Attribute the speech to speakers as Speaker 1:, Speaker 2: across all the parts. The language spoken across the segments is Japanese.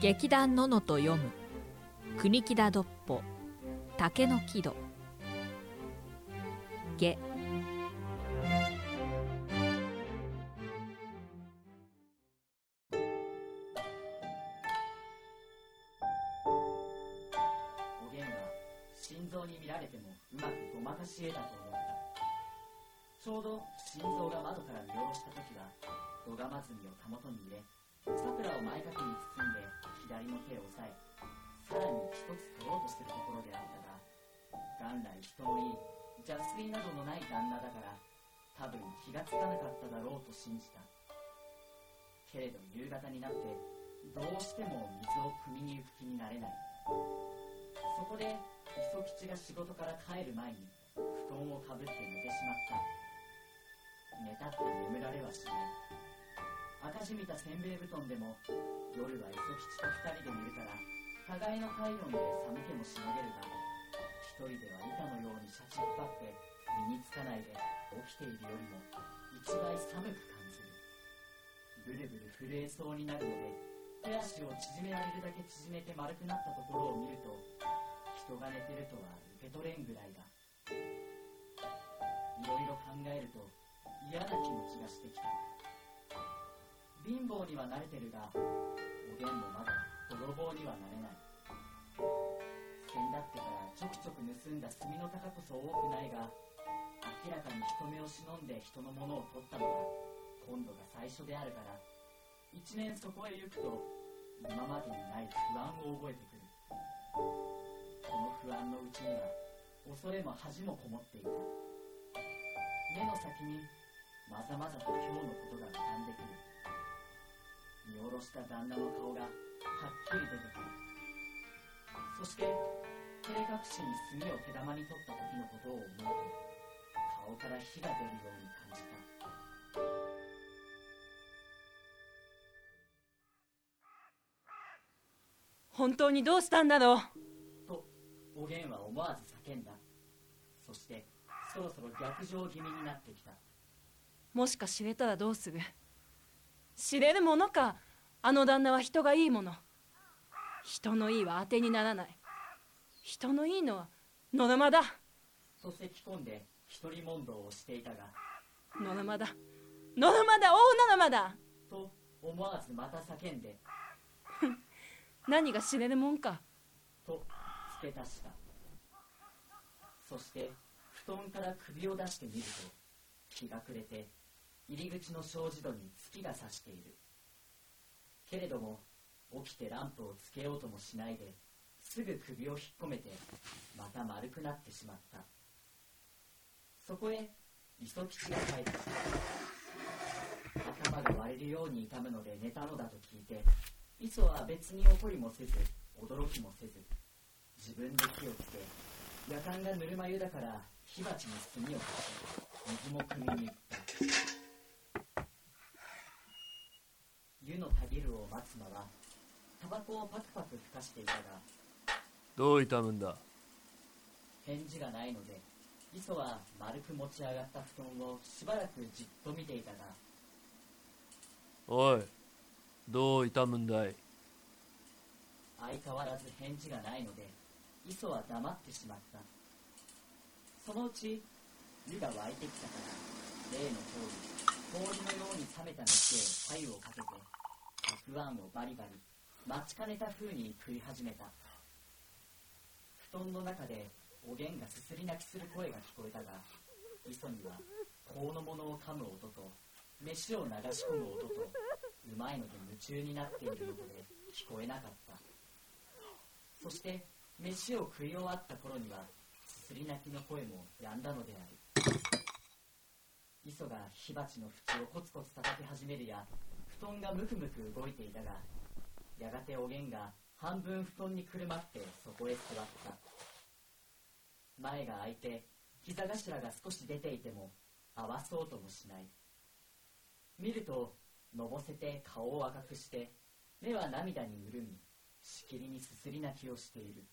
Speaker 1: 劇団ののと読む国木田どっぽ竹の木戸下
Speaker 2: おげんは心臓に見られてもうまくごまかし得たと思ったちょうど心臓が窓から見下ろした時はどがまずみをたもとに入れさくらを前掛けに包んで左の手を押さえさらに一つ取ろうとしてるところであったが元来人のいい邪推などのない旦那だから多分気がつかなかっただろうと信じたけれど夕方になってどうしても水を汲みに行く気になれないそこで磯吉が仕事から帰る前に布団をかぶって寝てしまった寝たって眠られはしない赤じみたせんべい布団でも夜は磯吉と二人で寝るから互いの体温で寒気もしのげるが一人では板のようにシャチっ張って身につかないで起きているよりも一倍寒く感じるブルブル震えそうになるので手足を縮められるだけ縮めて丸くなったところを見ると人が寝てるとは受け取れんぐらいだいろいろ考えると嫌な気持ちがしてきた貧乏には慣れてるがおでんもまだ泥棒にはなれない先だってからちょくちょく盗んだ墨の高こそ多くないが明らかに人目を忍んで人のものを取ったのが今度が最初であるから一年そこへ行くと今までにない不安を覚えてくるこの不安のうちには恐れも恥もこもっていた目の先にまざまざと今日のことが浮かんでくる見下ろした旦那の顔がはっきり出てくるそして照れ隠しに墨を手玉に取った時のことを思うと顔から火が出るように感じた
Speaker 3: 本当にどうしたんだろう
Speaker 2: とおげんは思わず叫んだそしてそろそろ逆上気味になってきた
Speaker 3: もしか知れたらどうする知れるものかあの旦那は人がいいもの人のいいは当てにならない人のいいのはノルマだ
Speaker 2: とせき込んで一人問答をしていたが
Speaker 3: ノルマだノルマだ大ノルマだ
Speaker 2: と思わずまた叫んで
Speaker 3: 何が知れるもんか
Speaker 2: と付け足したそして布団から首を出してみると日が暮れて入り口の障子戸に月が差しているけれども起きてランプをつけようともしないですぐ首を引っ込めてまた丸くなってしまったそこへ磯吉が帰ってきた頭が割れるように痛むので寝たのだと聞いて磯は別に怒りもせず驚きもせず自分で火をつけ夜間がぬるま湯だから火鉢に炭をかけ水も汲みに行った湯のたぎるを待つ間はタバコをパクパクふかしていたが
Speaker 4: どう痛むんだ
Speaker 2: 返事がないので磯は丸く持ち上がった布団をしばらくじっと見ていたが
Speaker 4: おいどう痛むんだい
Speaker 2: 相変わらず返事がないので磯は黙ってしまったそのうち湯が湧いてきたから例の通り氷のように冷めた熱へ白湯をかけてたくあんをバリバリ待ちかねた風に食い始めた布団の中でおげんがすすり泣きする声が聞こえたが磯にはこのものを噛む音と飯を流し込む音とうまいので夢中になっている音で聞こえなかったそして飯を食い終わった頃にはすすり泣きの声もやんだのである磯が火鉢の縁をコツコツ叩き始めるや布団がムクムク動いていたがやがておげんが半分布団にくるまってそこへ座った前が開いて膝頭が少し出ていても合わそうともしない見るとのぼせて顔を赤くして目は涙に潤みしきりにすすり泣きをしている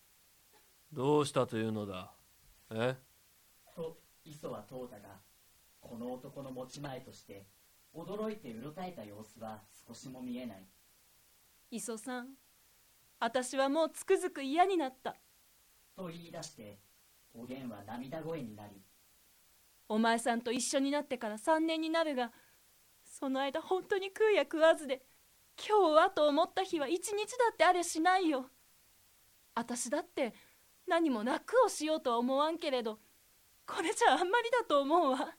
Speaker 4: どうしたというのだえ
Speaker 2: と磯は問うたがこの男の持ち前として驚いてうろたえた様子は少しも見えない
Speaker 3: 磯さん私はもうつくづく嫌になった
Speaker 2: と言い出しておげんは涙声になり
Speaker 3: お前さんと一緒になってから3年になるがその間本当に食うや食わずで今日はと思った日は一日だってありゃしないよ私だって何も楽をしようとは思わんけれどこれじゃあんまりだと思うわ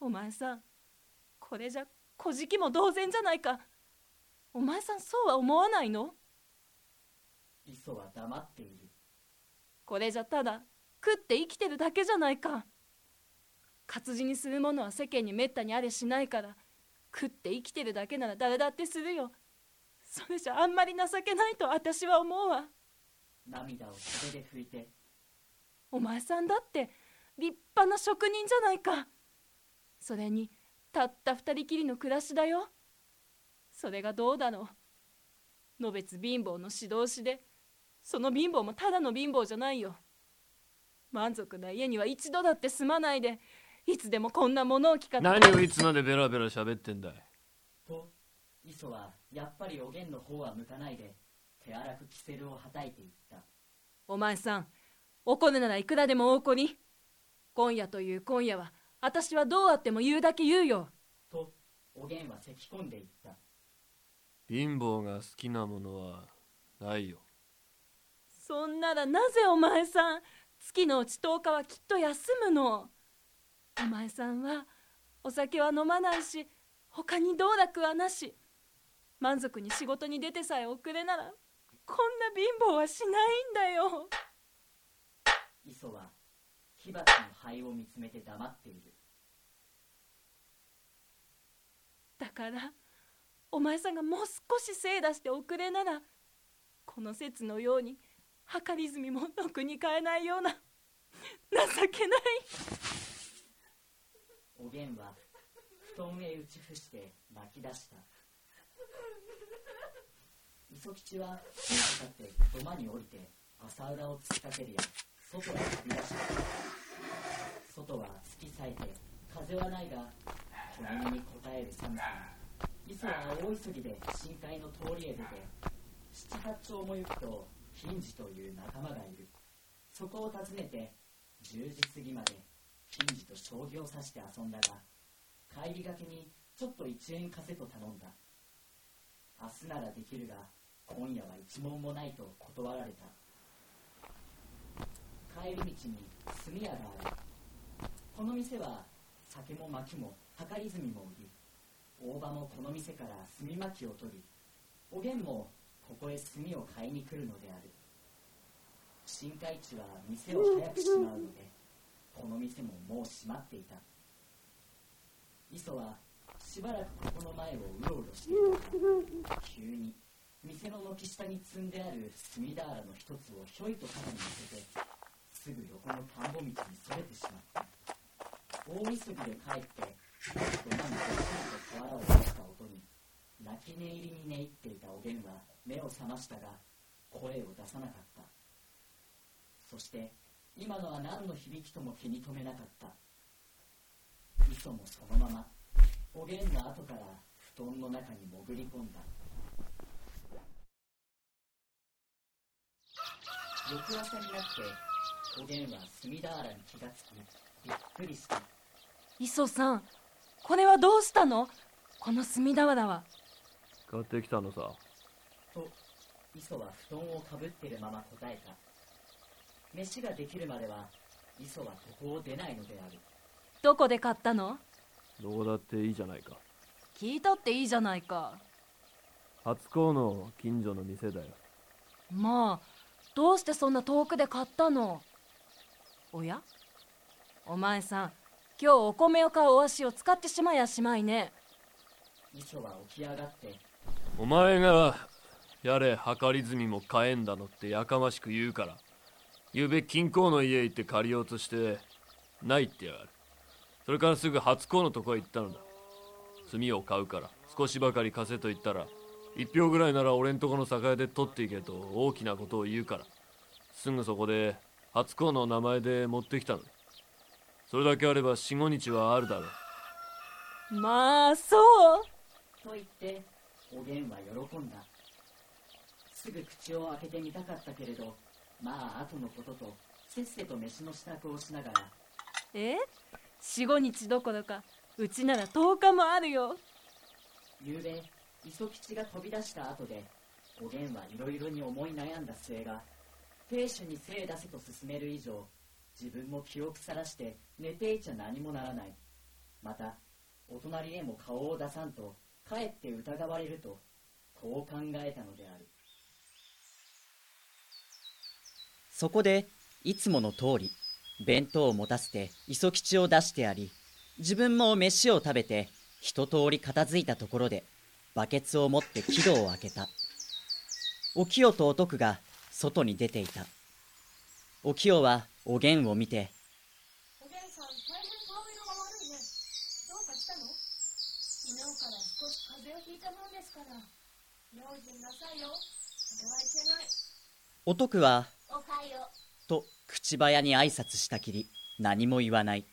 Speaker 3: お前さんこれじゃ小じも同然じゃないかお前さんそうは思わないの
Speaker 2: 磯は黙っている
Speaker 3: これじゃただ食って生きてるだけじゃないか活字にするものは世間にめったにあれしないから食って生きてるだけなら誰だってするよそれじゃあんまり情けないと私は思うわ
Speaker 2: 涙を袖で拭いて
Speaker 3: お前さんだって立派な職人じゃないかそれにたった二人きりの暮らしだよそれがどうだろうのべつ貧乏の指導士でその貧乏もただの貧乏じゃないよ満足な家には一度だって住まないでいつでもこんな物置かと
Speaker 4: 何をいつまでベラベラ喋ってんだい
Speaker 2: と磯はやっぱりおげんの方は向かないで手荒くキセルをはたいていった
Speaker 3: お前さん怒るならいくらでもお怒り今夜という今夜は私はどうあっても言うだけ言うよ
Speaker 2: とおげんは咳き込んでいった
Speaker 4: 貧乏が好きなものはないよ
Speaker 3: そんならなぜお前さん月のうち10日はきっと休むのお前さんはお酒は飲まないし他に道楽はなし満足に仕事に出てさえ遅れならこんな貧乏はしないんだよ
Speaker 2: 磯は火鉢の灰を見つめて黙っている
Speaker 3: だからお前さんがもう少し精出しておくれならこの説のように計り済みもろくに買えないような情けない
Speaker 2: おげんは布団へ打ち伏して泣き出した磯吉は手を立って土間に降りて朝裏を突き立てるや外へ飛び出した外は突き裂いて風はないが煙に応える寒さに磯は大急ぎで深海の通りへ出て七八丁も行くと金次という仲間がいるそこを訪ねて10時過ぎまで金次と将棋を指して遊んだが帰りがけにちょっと1円貸せと頼んだ明日ならできるが今夜は一文もないと断られた帰り道に炭屋があるこの店は酒も薪も計り炭も売り大葉もこの店から炭巻きを取りおげんもここへ炭を買いに来るのである深海地は店を早く閉まうのでこの店ももう閉まっていた磯はしばらくここの前をうろうろしていたが急に店の軒下に積んである炭俵の一つをひょいと肩に乗せてすぐ横の田んぼ道にそれてしまった大急ぎで帰って土間にごっそりと瓦を出した音に泣き寝入りに寝入っていたおげんは目を覚ましたが声を出さなかったそして今のは何の響きとも気に留めなかった磯もそのままおげんの後から布団の中に潜り込んだ翌朝になっておげんは隅田原に気がつきびっくりした
Speaker 3: 磯さんこれはどうしたのこの隅田原は
Speaker 4: 買ってきたのさ
Speaker 2: と磯は布団をかぶってるまま答えた飯ができるまでは磯はここを出ないのである
Speaker 3: どこで買ったの
Speaker 4: どこだっていいじゃないか
Speaker 3: 聞いたっていいじゃないか
Speaker 4: 初子の近所の店だよ
Speaker 3: まあどうしてそんな遠くで買ったのおやお前さん今日お米を買うお足を使ってしまいやしまいね
Speaker 2: 磯は起き上がって
Speaker 4: お前がやれ計り済みも買えんだのってやかましく言うからゆうべ金庫の家へ行って借りようとしてないってやがるそれからすぐ初子のとこへ行ったのだ炭を買うから少しばかり貸せと言ったら一票ぐらいなら俺んとこの酒屋で取っていけと大きなことを言うからすぐそこで初子の名前で持ってきたのだそれだけあれば45日はあるだろう
Speaker 3: まあそう
Speaker 2: と言っておげんは喜んだ
Speaker 5: すぐ口を開けてみたかったけれどまあ後のこととせっせと飯の支度をしながら
Speaker 3: え45日どころかうちなら10日もあるよ
Speaker 5: 夕べ磯吉が飛び出した後でおげんはいろいろに思い悩んだ末が亭主に精出せと勧める以上自分も記憶さらして寝ていちゃ何もならないまたお隣へも顔を出さんとかえって疑われるとこう考えたのである
Speaker 2: そこでいつもの通り弁当を持たせて磯吉を出してあり自分も飯を食べて一通り片付いたところでバケツを持って木戸を開けたお清とお徳が外に出ていたお清はおげんを見て
Speaker 6: おげんさん、大変顔色が悪いね。どうかしたの昨日から少し風邪をひいたもんですから。用心なさいよ。それはいけない。
Speaker 2: お徳は
Speaker 6: おはよう。
Speaker 2: と口早に挨拶したきり何も言わない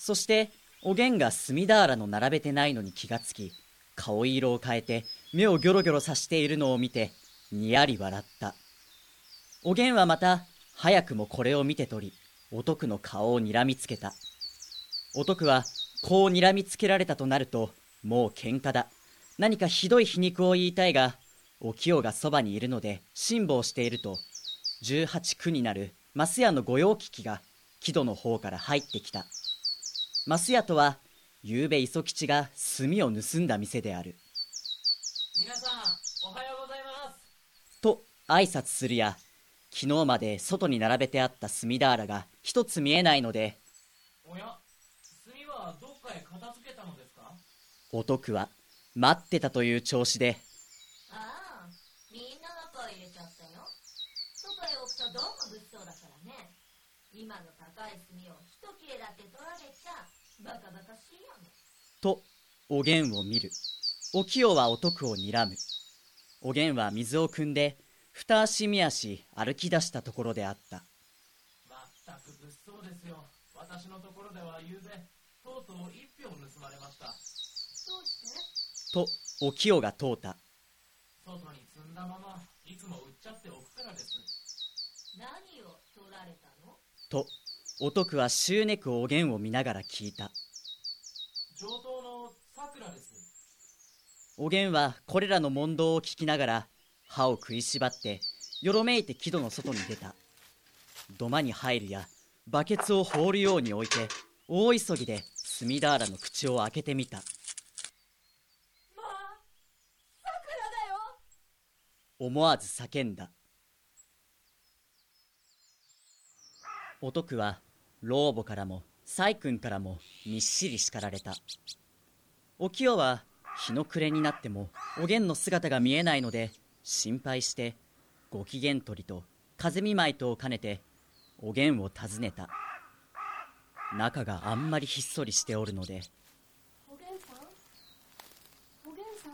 Speaker 2: そしておげんが隅田原の並べてないのに気がつき顔色を変えて目をギョロギョロさしているのを見てにやり笑ったおげんはまた早くもこれを見て取りお徳の顔をにらみつけたお徳はこうにらみつけられたとなるともう喧嘩だ何かひどい皮肉を言いたいがお清がそばにいるので辛抱していると18区になるマスヤの御用聞きが木戸の方から入ってきたマスヤとは夕べ磯吉が炭を盗んだ店である
Speaker 5: 皆さんおはようございます
Speaker 2: と挨拶するや昨日まで外に並べてあった炭俵が一つ見えないので
Speaker 5: おや炭はどっかへ片付けたのですか
Speaker 2: お徳は待ってたという調子で
Speaker 6: ああ、みんな中へ入れちゃったよ。外へ置くとどうも物騒だからね。今の高い炭を一切れだけ取られちゃ、バカバカしいよね。
Speaker 2: とおげんを見るお清はお徳をにらむおげんは水を汲んで二足三足歩き出したところであった
Speaker 5: まったく物騒ですよ私のところではゆうべとうとう一票盗まれました
Speaker 6: どうして
Speaker 2: とお清が問うた
Speaker 5: 外に積んだままいつも売っちゃっておくからです
Speaker 6: 何を取られたの
Speaker 2: とお徳は執ねくおげんを見ながら聞いた
Speaker 5: 上等の桜です
Speaker 2: おげんはこれらの問答を聞きながら歯を食いしばってよろめいて木戸の外に出た土間に入るやバケツを放るように置いて大急ぎで隅田原の口を開けてみた
Speaker 3: まあ桜だよ
Speaker 2: 思わず叫んだお徳は老母からも細君からもみっしり叱られたお清は日の暮れになってもおげんの姿が見えないので心配してご機嫌取りと風見舞いとを兼ねておげんを訪ねた中があんまりひっそりしておるので
Speaker 6: おげんさんおげんさん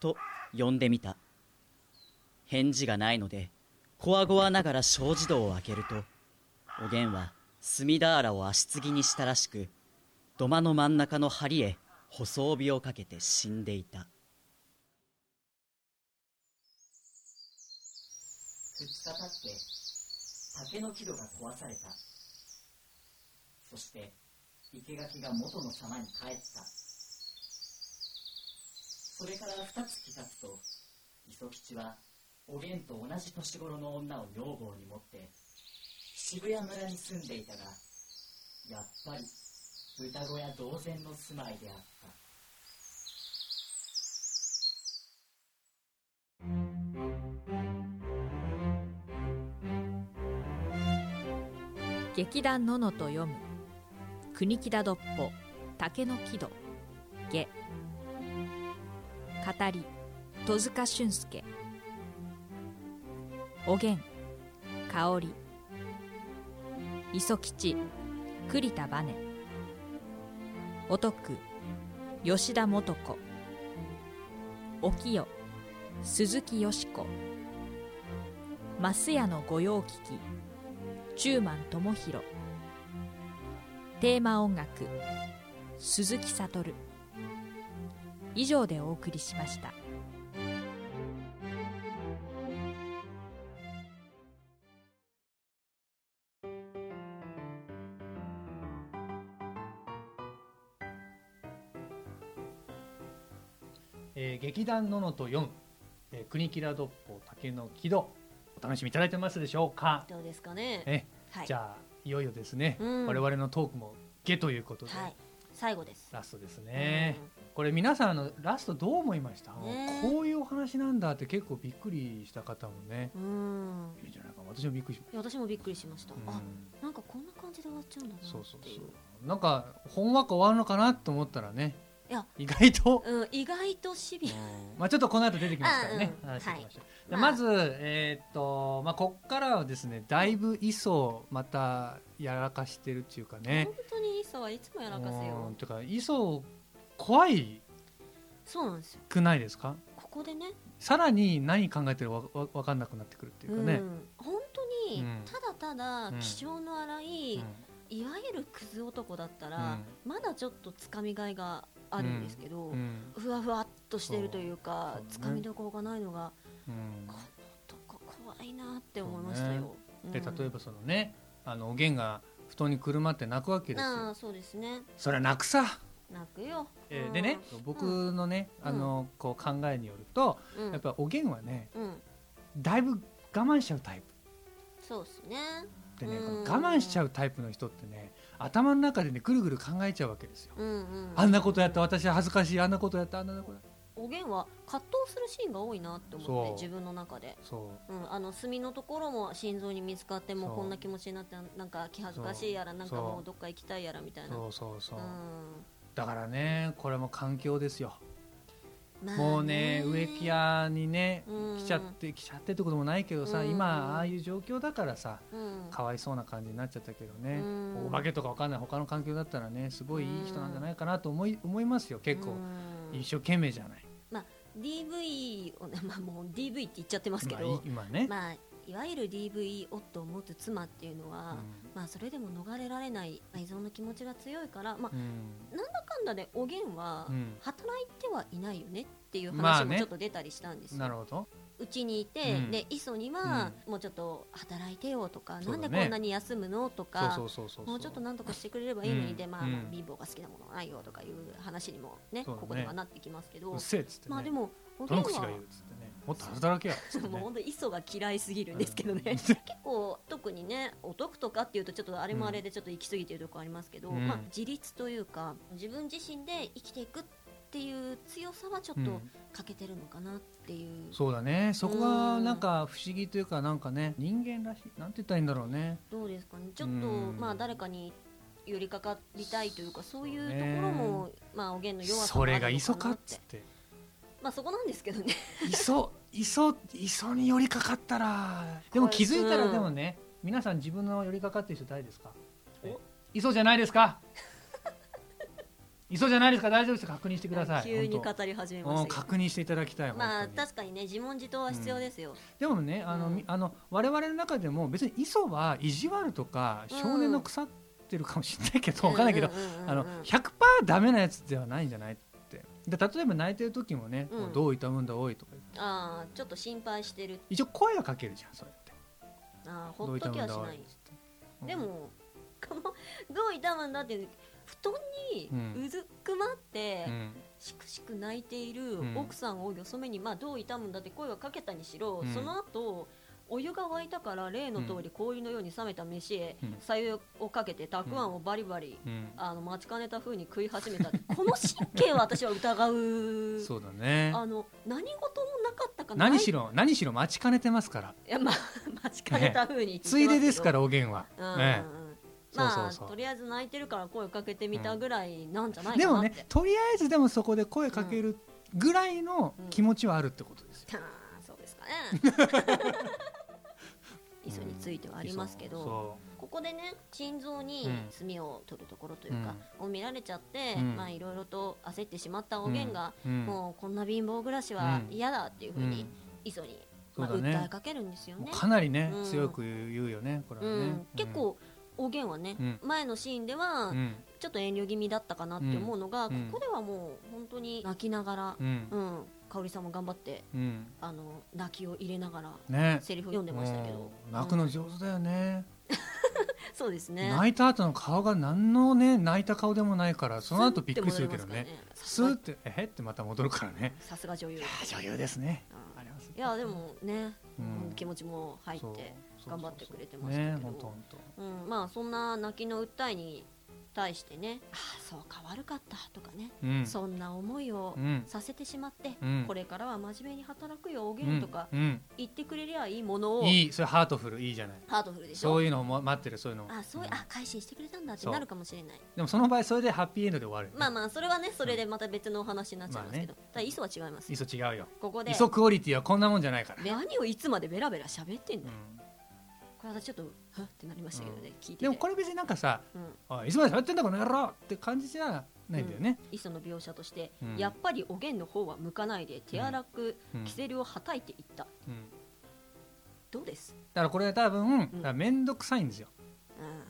Speaker 2: と呼んでみた返事がないのでこわごわながら障子戸を開けるとおげんは隅田原を足継ぎにしたらしく土間の真ん中の梁へ細帯をかけて死んでいた
Speaker 5: 2日経って竹の木戸が壊されたそして生垣が元の様に帰ったそれから2月経つと磯吉はおげんと同じ年頃の女を女房に持って渋谷村に住んでいたがやっぱり歌小屋同然の住まいであった
Speaker 1: 劇団ののと読む国木田どっぽ竹の木戸下語り戸塚俊介おげん香り磯吉栗田バネお徳吉田素子お清鈴木よし子増屋の御用聞き中満智弘テーマ音楽鈴木悟以上でお送りしました
Speaker 7: えー劇団ののと4、えー、国木田どっぽ竹の木戸お楽しみいただいてますでしょうか、
Speaker 8: どうですかね。
Speaker 7: ね
Speaker 8: はい。
Speaker 7: じゃあいよいよですね、
Speaker 8: うん
Speaker 7: 我々のトークもゲということで、
Speaker 8: はい。最後です。
Speaker 7: ラストですね、これ皆さんあのラストどう思いました、
Speaker 8: ね
Speaker 7: こういうお話なんだって結構びっくりした方もね
Speaker 8: うん。うん
Speaker 7: いるんじゃないかな私もびっくりしま
Speaker 8: いや私もびっくりしました。
Speaker 7: した、
Speaker 8: あ
Speaker 7: う、ん
Speaker 8: なんかこんな感じで終わっちゃうんだなっていう。
Speaker 7: そうそうそうなんかほんわか終わるのかなと思ったらね
Speaker 8: いや
Speaker 7: 意外と、
Speaker 8: うん、意外とシビ
Speaker 7: まあ、ちょっとこの後出てきますからね
Speaker 8: あうん
Speaker 7: 話していきましょう、
Speaker 8: はい
Speaker 7: でまず、えーっとまあ、こっからはですねだいぶいそまたやらかしてるっていうか
Speaker 8: ア。
Speaker 7: ね
Speaker 8: 本当にイサはいつもやらかせ
Speaker 7: う
Speaker 8: よ
Speaker 7: ん。てかいそ怖い
Speaker 8: そうなんですよ。
Speaker 7: くないですか
Speaker 8: ここでね、
Speaker 7: さらに何考えてるかわわわかんなくなってくるっていうかね、
Speaker 8: ん、本当に
Speaker 7: うん
Speaker 8: ただただ
Speaker 7: うん
Speaker 8: 気性の荒い、いわゆるクズ男だったら、まだちょっとつかみがいがあるんですけ
Speaker 7: う
Speaker 8: ど、
Speaker 7: んうん
Speaker 8: ふわふわっとしてるというか
Speaker 7: そう
Speaker 8: つ
Speaker 7: そうね
Speaker 8: かみどころがないのが
Speaker 7: うん
Speaker 8: このとこ怖いなって思いましたよ。
Speaker 7: で
Speaker 8: うん
Speaker 7: 例えばそのねあのおげんが布団にくるまって泣くわけです
Speaker 8: な
Speaker 7: よ
Speaker 8: あそうですね
Speaker 7: そりゃ泣くさ
Speaker 8: 泣くよ、
Speaker 7: えー
Speaker 8: うん
Speaker 7: でね、僕のね、
Speaker 8: うん
Speaker 7: あのこう考えによると、
Speaker 8: うん
Speaker 7: やっぱおげんはね
Speaker 8: うん、
Speaker 7: だいぶ我慢しちゃうタイ
Speaker 8: そうですね
Speaker 7: プでね、
Speaker 8: うん
Speaker 7: この我慢しちゃうタイプの人ってね頭の中でねぐるぐる考えちゃうわけですよ、
Speaker 8: うんうん
Speaker 7: あんなことやった私は恥ずかしいあんなことやったあんなことやっ
Speaker 8: おげんは葛藤するシーンが多いなって思って
Speaker 7: そう
Speaker 8: 自分の中で、
Speaker 7: たそ
Speaker 8: うん、あの墨のところも心臓に見つかっても
Speaker 7: そう
Speaker 8: うこんな気持ちになってなんか気恥ずかしいやら
Speaker 7: そう
Speaker 8: なんかもうどっか行きたいやらみた
Speaker 7: う
Speaker 8: いな
Speaker 7: そうそうそう、
Speaker 8: うん
Speaker 7: だからねこれも環境ですよ、
Speaker 8: まあ
Speaker 7: もうね植木屋にね
Speaker 8: うん
Speaker 7: 来ちゃって来ちゃってってこともないけどさ、
Speaker 8: うん
Speaker 7: 今ああいう状況だからさ
Speaker 8: うん
Speaker 7: かわいそうな感じになっちゃったけどね、
Speaker 8: うん
Speaker 7: お化けとかわかんない他の環境だったらねすごいいい人なんじゃないかなと思い思いますよ結構
Speaker 8: うん
Speaker 7: 一生懸命じゃない、
Speaker 8: DV を、まあ、もう DV って言っちゃってますけ
Speaker 7: まあい
Speaker 8: ど、
Speaker 7: 今ね、
Speaker 8: まあ、いわゆる DV 夫を持つ妻っていうのは、
Speaker 7: う
Speaker 8: まあ、それでも逃れられないまあ依存の気持ちが強いから、ま
Speaker 7: ん
Speaker 8: あ、かんだでおげんは
Speaker 7: うんうん
Speaker 8: 働いてはいないよねっていう
Speaker 7: まあ
Speaker 8: 話も
Speaker 7: ね
Speaker 8: ちょっと出たりしたんですよ。
Speaker 7: なるほど、
Speaker 8: うちにいて、
Speaker 7: うん
Speaker 8: で磯にはもうちょっと働いてよとか、
Speaker 7: そうだ
Speaker 8: なん
Speaker 7: ね
Speaker 8: でこんなに休むのとか
Speaker 7: そうそうそうそうそう
Speaker 8: もうちょっとなんとかしてくれればいいの
Speaker 7: う
Speaker 8: に、
Speaker 7: ん
Speaker 8: でまあ、
Speaker 7: うん
Speaker 8: まあ貧乏が好きなものはないよとかいう話にもね
Speaker 7: そうだね
Speaker 8: ここではなってきますけど、
Speaker 7: うっせえっつってね、
Speaker 8: まあでもお
Speaker 7: ど
Speaker 8: げん
Speaker 7: の
Speaker 8: は
Speaker 7: 口が言うっつってねもっと働けよっつって
Speaker 8: もう
Speaker 7: ね
Speaker 8: 本当に磯が嫌いすぎるんですけどね、
Speaker 7: うん
Speaker 8: 結構特にねお得とかっていうとちょっとあれもあれでちょっと行き過ぎてるとこありますけど、
Speaker 7: うん
Speaker 8: まあ、自立というか自分自身で生きていくっていう強さはちょっ
Speaker 7: う
Speaker 8: と
Speaker 7: ん
Speaker 8: 欠けてるのかなっていう、
Speaker 7: そうだねそこがなんか不思議というかなんかね人間らしいなんて言ったらいいんだろうね
Speaker 8: どうですかねちょっと、
Speaker 7: うん
Speaker 8: まあ誰かに寄りかかりたいというかそういう
Speaker 7: そう
Speaker 8: と
Speaker 7: ね
Speaker 8: ころも、まあおげんの弱さも
Speaker 7: そ
Speaker 8: ある
Speaker 7: れ
Speaker 8: の
Speaker 7: が磯
Speaker 8: か
Speaker 7: か
Speaker 8: な
Speaker 7: っ
Speaker 8: っ
Speaker 7: つってて
Speaker 8: まあそこなんですけどね
Speaker 7: 磯磯磯に寄りかかったらでも気づいたらでもね、皆さん自分の寄りかかってる人誰ですかね磯じゃないですか 磯じゃないですか大丈夫ですか確認してください
Speaker 8: 急に
Speaker 7: 本
Speaker 8: 語り始め
Speaker 7: 当う
Speaker 8: ま
Speaker 7: ん
Speaker 8: したけ
Speaker 7: 確認していただきたい
Speaker 8: どまあ
Speaker 7: 本当に
Speaker 8: 確かにね自問自答は必要ですよ、
Speaker 7: でもねあの、
Speaker 8: うん
Speaker 7: みあの我々の中でも別に磯は意地悪とか
Speaker 8: うん
Speaker 7: 少年の腐ってるかもしれないけど、わかんないけど、
Speaker 8: うんうんうんうん
Speaker 7: あの100%ダメなやつではないんじゃないってで例えば泣いてる時もね、
Speaker 8: うん
Speaker 7: どう痛むんだ多いとか
Speaker 8: ああちょっと心配してる
Speaker 7: 一応声はかけるじゃんそれって
Speaker 8: ああほっときはし
Speaker 7: どう痛むんだ
Speaker 8: ない
Speaker 7: うん
Speaker 8: でも この「どう痛むんだ」って布団
Speaker 7: うん
Speaker 8: にうずくまって、
Speaker 7: うん
Speaker 8: しくしく泣いている
Speaker 7: うん
Speaker 8: 奥さんをよそ目に、まあ、どう痛むんだって声はかけたにしろ、
Speaker 7: うん
Speaker 8: その後お湯が沸いたから例の通り氷のように冷めた飯へ
Speaker 7: うん
Speaker 8: さゆをかけてたくあんをバリバリ、
Speaker 7: うん
Speaker 8: あの待ちかねた風に食い始めたって この神経は私は疑う
Speaker 7: そうだね
Speaker 8: あの何事もなかったかない
Speaker 7: 何しろ何しろ待ちかねてますから
Speaker 8: いや、まあ、待ちかねた風に、、
Speaker 7: ついでですかららおげんは、
Speaker 8: うんうんうん
Speaker 7: え
Speaker 8: まあ
Speaker 7: そうそうそう
Speaker 8: とりあえず泣いてるから声かけてみたぐらいなんじゃな
Speaker 7: え
Speaker 8: い
Speaker 7: で
Speaker 8: か
Speaker 7: も
Speaker 8: なって、
Speaker 7: ねとりあえずでもそこで声かけるぐらいの気持ちはあるってことですよ、
Speaker 8: あーそうですかね 磯についてはありますけど、
Speaker 7: そう
Speaker 8: ここでね心臓に炭を取るところというか、を見られちゃって、
Speaker 7: うん
Speaker 8: まあいろいろと焦ってしまったおげんが、
Speaker 7: うん
Speaker 8: もうこんな貧乏暮らしは
Speaker 7: うん
Speaker 8: 嫌だっていうふう
Speaker 7: うん
Speaker 8: に磯に、
Speaker 7: そう
Speaker 8: まあ、
Speaker 7: だね
Speaker 8: 訴えかけるんですよ
Speaker 7: も
Speaker 8: ね
Speaker 7: う。かなりね、
Speaker 8: うん
Speaker 7: 強く言うよねこれ
Speaker 8: う
Speaker 7: はね、
Speaker 8: ん、結構おげんはね、
Speaker 7: うん
Speaker 8: 前のシーンでは、
Speaker 7: うん、うん
Speaker 8: ちょっと遠慮気味だったかなって思うのが、
Speaker 7: うん
Speaker 8: ここではもう本当に泣きながら
Speaker 7: う、ん
Speaker 8: うん香織さんも頑張って
Speaker 7: うん
Speaker 8: あの泣きを入れながら
Speaker 7: ね
Speaker 8: セリフ読んでましたけど
Speaker 7: うん泣くの上手だよね、
Speaker 8: そうですね
Speaker 7: 泣いた後の顔が何のね泣いた顔でもないからその後びっくりするけど
Speaker 8: スンっ
Speaker 7: ね
Speaker 8: て戻
Speaker 7: スーっ
Speaker 8: りますからね
Speaker 7: て「えっ?」てまた戻るからね
Speaker 8: さすが女優
Speaker 7: いや女優ですね
Speaker 8: うん
Speaker 7: あります
Speaker 8: いやでもね、
Speaker 7: うん
Speaker 8: うん気持ちも入って頑張ってくれてましたけど
Speaker 7: ね本当本当
Speaker 8: うん、まあそんな泣きの訴えに対してねああそうか悪かったとかね、
Speaker 7: うん
Speaker 8: そんな思いを
Speaker 7: うん
Speaker 8: させてしまって、
Speaker 7: うん
Speaker 8: これからは真面目に働くよおげ
Speaker 7: うんん
Speaker 8: とか
Speaker 7: うん
Speaker 8: 言ってくれりゃいいものを
Speaker 7: いいそれハートフルいいじゃない
Speaker 8: ハートフルでしょ
Speaker 7: そういうのも待ってるそういうの
Speaker 8: あそういう
Speaker 7: うん
Speaker 8: あ改心してくれたんだって
Speaker 7: そう
Speaker 8: なるかもしれない
Speaker 7: でもその場合それでハッピーエンドで終わるよね
Speaker 8: まあまあそれはねそれでまた別のお話になっちゃいますけど、ただ磯は違います
Speaker 7: いっそ違うよ
Speaker 8: ここ
Speaker 7: い
Speaker 8: で
Speaker 7: っそクオリティはこんなもんじゃないから
Speaker 8: 何をいつまでベラベラ喋ってん
Speaker 7: う
Speaker 8: だよ、
Speaker 7: ん
Speaker 8: これ私ちょっとはっってなりましたけどね、聞いてて
Speaker 7: でもこれ別になんかさ
Speaker 8: うん
Speaker 7: 「おいいつまで喋ってんだこの野郎!」って感じじゃないんだよね
Speaker 8: 磯の描写として、
Speaker 7: うん
Speaker 8: やっぱりおげんの方は向かないで手荒く
Speaker 7: うん
Speaker 8: キセルをはたいていった、
Speaker 7: うん
Speaker 8: どうです
Speaker 7: だからこれ多分
Speaker 8: ん
Speaker 7: だから面倒くさいんですよ
Speaker 8: あ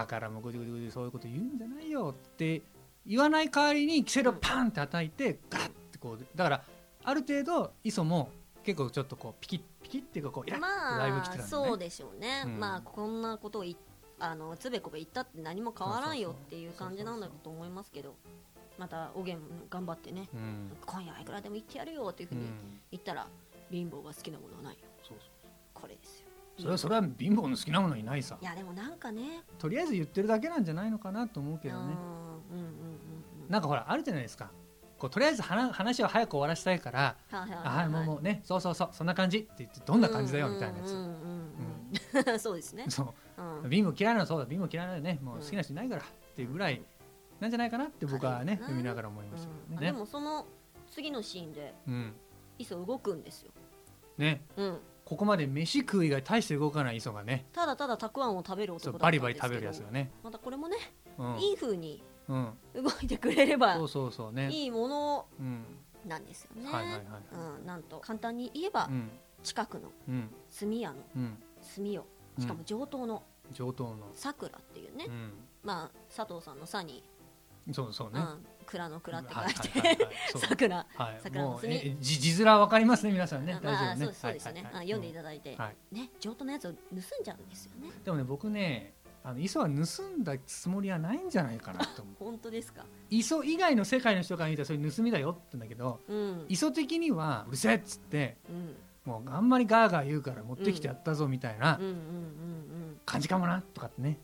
Speaker 7: だからもうぐじぐじぐじそういうこと言うんじゃないよって言わない代わりにキセルをパンって叩いてガラッてこうだからある程度磯も結構ちょっとこうピキッピキッっていうかこうイラッてライブ
Speaker 8: ま
Speaker 7: 来
Speaker 8: あ、
Speaker 7: てたんだ
Speaker 8: そう
Speaker 7: ね
Speaker 8: でしょうね、
Speaker 7: うん
Speaker 8: まあこんなことをいあのつべこべ言ったって何も変わらんよ
Speaker 7: そうそうそう
Speaker 8: っていう感じなんだと思いますけどまたおげん頑張ってね
Speaker 7: うん
Speaker 8: 今夜はいくらでも言ってやるよっていうふう
Speaker 7: う
Speaker 8: に
Speaker 7: ん
Speaker 8: 言ったら、貧乏が好きなものはないよ
Speaker 7: そうそう
Speaker 8: これですよ
Speaker 7: それはそれは貧乏の好きなものいないさ
Speaker 8: いやでもなんかね
Speaker 7: とりあえず言ってるだけなんじゃないのかなと思うけどね
Speaker 8: うんうんうんうんうん
Speaker 7: なんかほらあるじゃないですかこうとりあえず話話を早く終わらせたいから
Speaker 8: はい
Speaker 7: 「あはいもうもうねそうそうそうそんな感じ」って言って「どんな感じだよ」みたいなや
Speaker 8: うんう
Speaker 7: つ
Speaker 8: んうん うんそうですね、
Speaker 7: そう
Speaker 8: うん
Speaker 7: 貧乏嫌いなのそうだ貧乏嫌いなのねもう
Speaker 8: うん
Speaker 7: 好きな人いないからっていうぐらいなんじゃないかなって僕はね
Speaker 8: かな
Speaker 7: 読みながら思いまし
Speaker 8: うん
Speaker 7: た
Speaker 8: あ
Speaker 7: け
Speaker 8: で
Speaker 7: どね。
Speaker 8: もその次のシーンで
Speaker 7: うん
Speaker 8: 磯動くんですよ、
Speaker 7: ね
Speaker 8: うん、
Speaker 7: ここまで飯食いが大して動かない磯がね
Speaker 8: ただただたくあんを食べ
Speaker 7: そ
Speaker 8: る
Speaker 7: う
Speaker 8: 男だ
Speaker 7: バ
Speaker 8: った
Speaker 7: リ
Speaker 8: ん
Speaker 7: バ
Speaker 8: で
Speaker 7: リ
Speaker 8: すけ
Speaker 7: 食
Speaker 8: ど
Speaker 7: べるやつがね。
Speaker 8: またこれもね、
Speaker 7: うん
Speaker 8: いい風に
Speaker 7: うん
Speaker 8: 動いてくれれば
Speaker 7: そうそうそうね。
Speaker 8: いいもの
Speaker 7: うん
Speaker 8: なんですよね、
Speaker 7: はいはいはいは
Speaker 8: うん、なんと簡単に言えば、
Speaker 7: うん
Speaker 8: 近くの
Speaker 7: うん
Speaker 8: 炭屋の
Speaker 7: うん
Speaker 8: 炭をしかも上等の
Speaker 7: 上等の。
Speaker 8: さくらっていうね、
Speaker 7: う
Speaker 8: まあ佐藤さんの「さ」に
Speaker 7: んそうそう
Speaker 8: 「
Speaker 7: ね。
Speaker 8: う
Speaker 7: は
Speaker 8: ん、蔵の
Speaker 7: い
Speaker 8: 蔵」
Speaker 7: は
Speaker 8: っ
Speaker 7: い
Speaker 8: て
Speaker 7: はいはい
Speaker 8: 書いて「
Speaker 7: そう
Speaker 8: さくら」
Speaker 7: はい
Speaker 8: 桜の
Speaker 7: もう
Speaker 8: 墨
Speaker 7: ええじ字面わかりますね皆さんね
Speaker 8: あ
Speaker 7: 大
Speaker 8: ま
Speaker 7: 丈
Speaker 8: あ
Speaker 7: 夫
Speaker 8: そ
Speaker 7: ね。
Speaker 8: うそうですよね、
Speaker 7: は
Speaker 8: あ
Speaker 7: はは
Speaker 8: 読んでいただいて、
Speaker 7: はい
Speaker 8: ね上等のやつを盗んじゃうんですよね
Speaker 7: でもね僕ねあの磯は盗んだつもりはないんじゃないかなと思う
Speaker 8: 本当ですか
Speaker 7: 磯以外の世界の人から見たらそれ盗みだよって言うんだけど
Speaker 8: うん
Speaker 7: 磯的にはうるせえっつって
Speaker 8: うん
Speaker 7: もうあんまりガーガー言うから持ってきてやったぞみたいな
Speaker 8: うんうんうんうん
Speaker 7: 感じかもなとかってね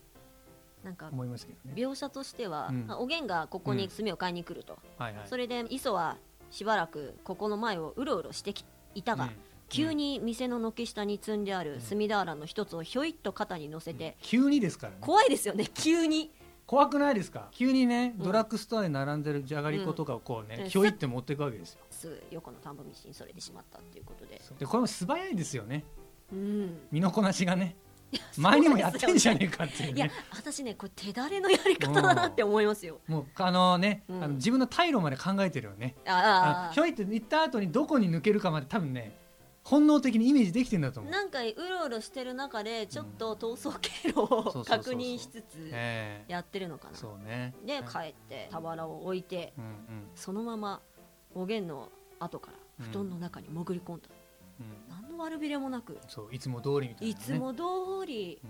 Speaker 8: なんか
Speaker 7: 思いますけどね。
Speaker 8: 描写としては、
Speaker 7: うん
Speaker 8: あおげんがここに炭を買いに来ると、
Speaker 7: はいはい。
Speaker 8: それで磯はしばらくここの前をうろうろしてきいたが、
Speaker 7: うん
Speaker 8: 急に店の軒下に積んである炭俵の一つをひょいっと肩に乗せて、
Speaker 7: 急にですからね。
Speaker 8: 怖いですよね急に
Speaker 7: 怖くないですか。急にね
Speaker 8: うん
Speaker 7: ドラッグストアに並んでるじゃがりことかをこう
Speaker 8: うん
Speaker 7: ねひょいって持っていくわけですよ。
Speaker 8: すぐ横の田んぼ道にそれてしまったっていうことで
Speaker 7: でこれも素早いですよね。
Speaker 8: うん
Speaker 7: 身のこなしがね前にもやってんじゃねえかっていう
Speaker 8: いや
Speaker 7: ね。
Speaker 8: 私ねこれ手だれのやり方だなって思いますよ
Speaker 7: もうあのね、
Speaker 8: うん
Speaker 7: あの自分の退路まで考えてるよね。あ
Speaker 8: あ
Speaker 7: のひ
Speaker 8: あ
Speaker 7: ょいって行った後にどこに抜けるかまで多分ね本能的にイメージできてんだと思う。
Speaker 8: なんかうろうろしてる中でちょっと逃走
Speaker 7: そう
Speaker 8: 経路
Speaker 7: そ
Speaker 8: を
Speaker 7: うそうそう
Speaker 8: 確認しつつ
Speaker 7: ええ
Speaker 8: やってるのかな
Speaker 7: そうね。
Speaker 8: で帰って俵を置いて
Speaker 7: うんうん
Speaker 8: そのままおげんの後から布団の中に潜り込んだ、
Speaker 7: うん。
Speaker 8: 何の悪びれもなく
Speaker 7: そういつも通りみたいな、ね。
Speaker 8: いつ。も通り
Speaker 7: う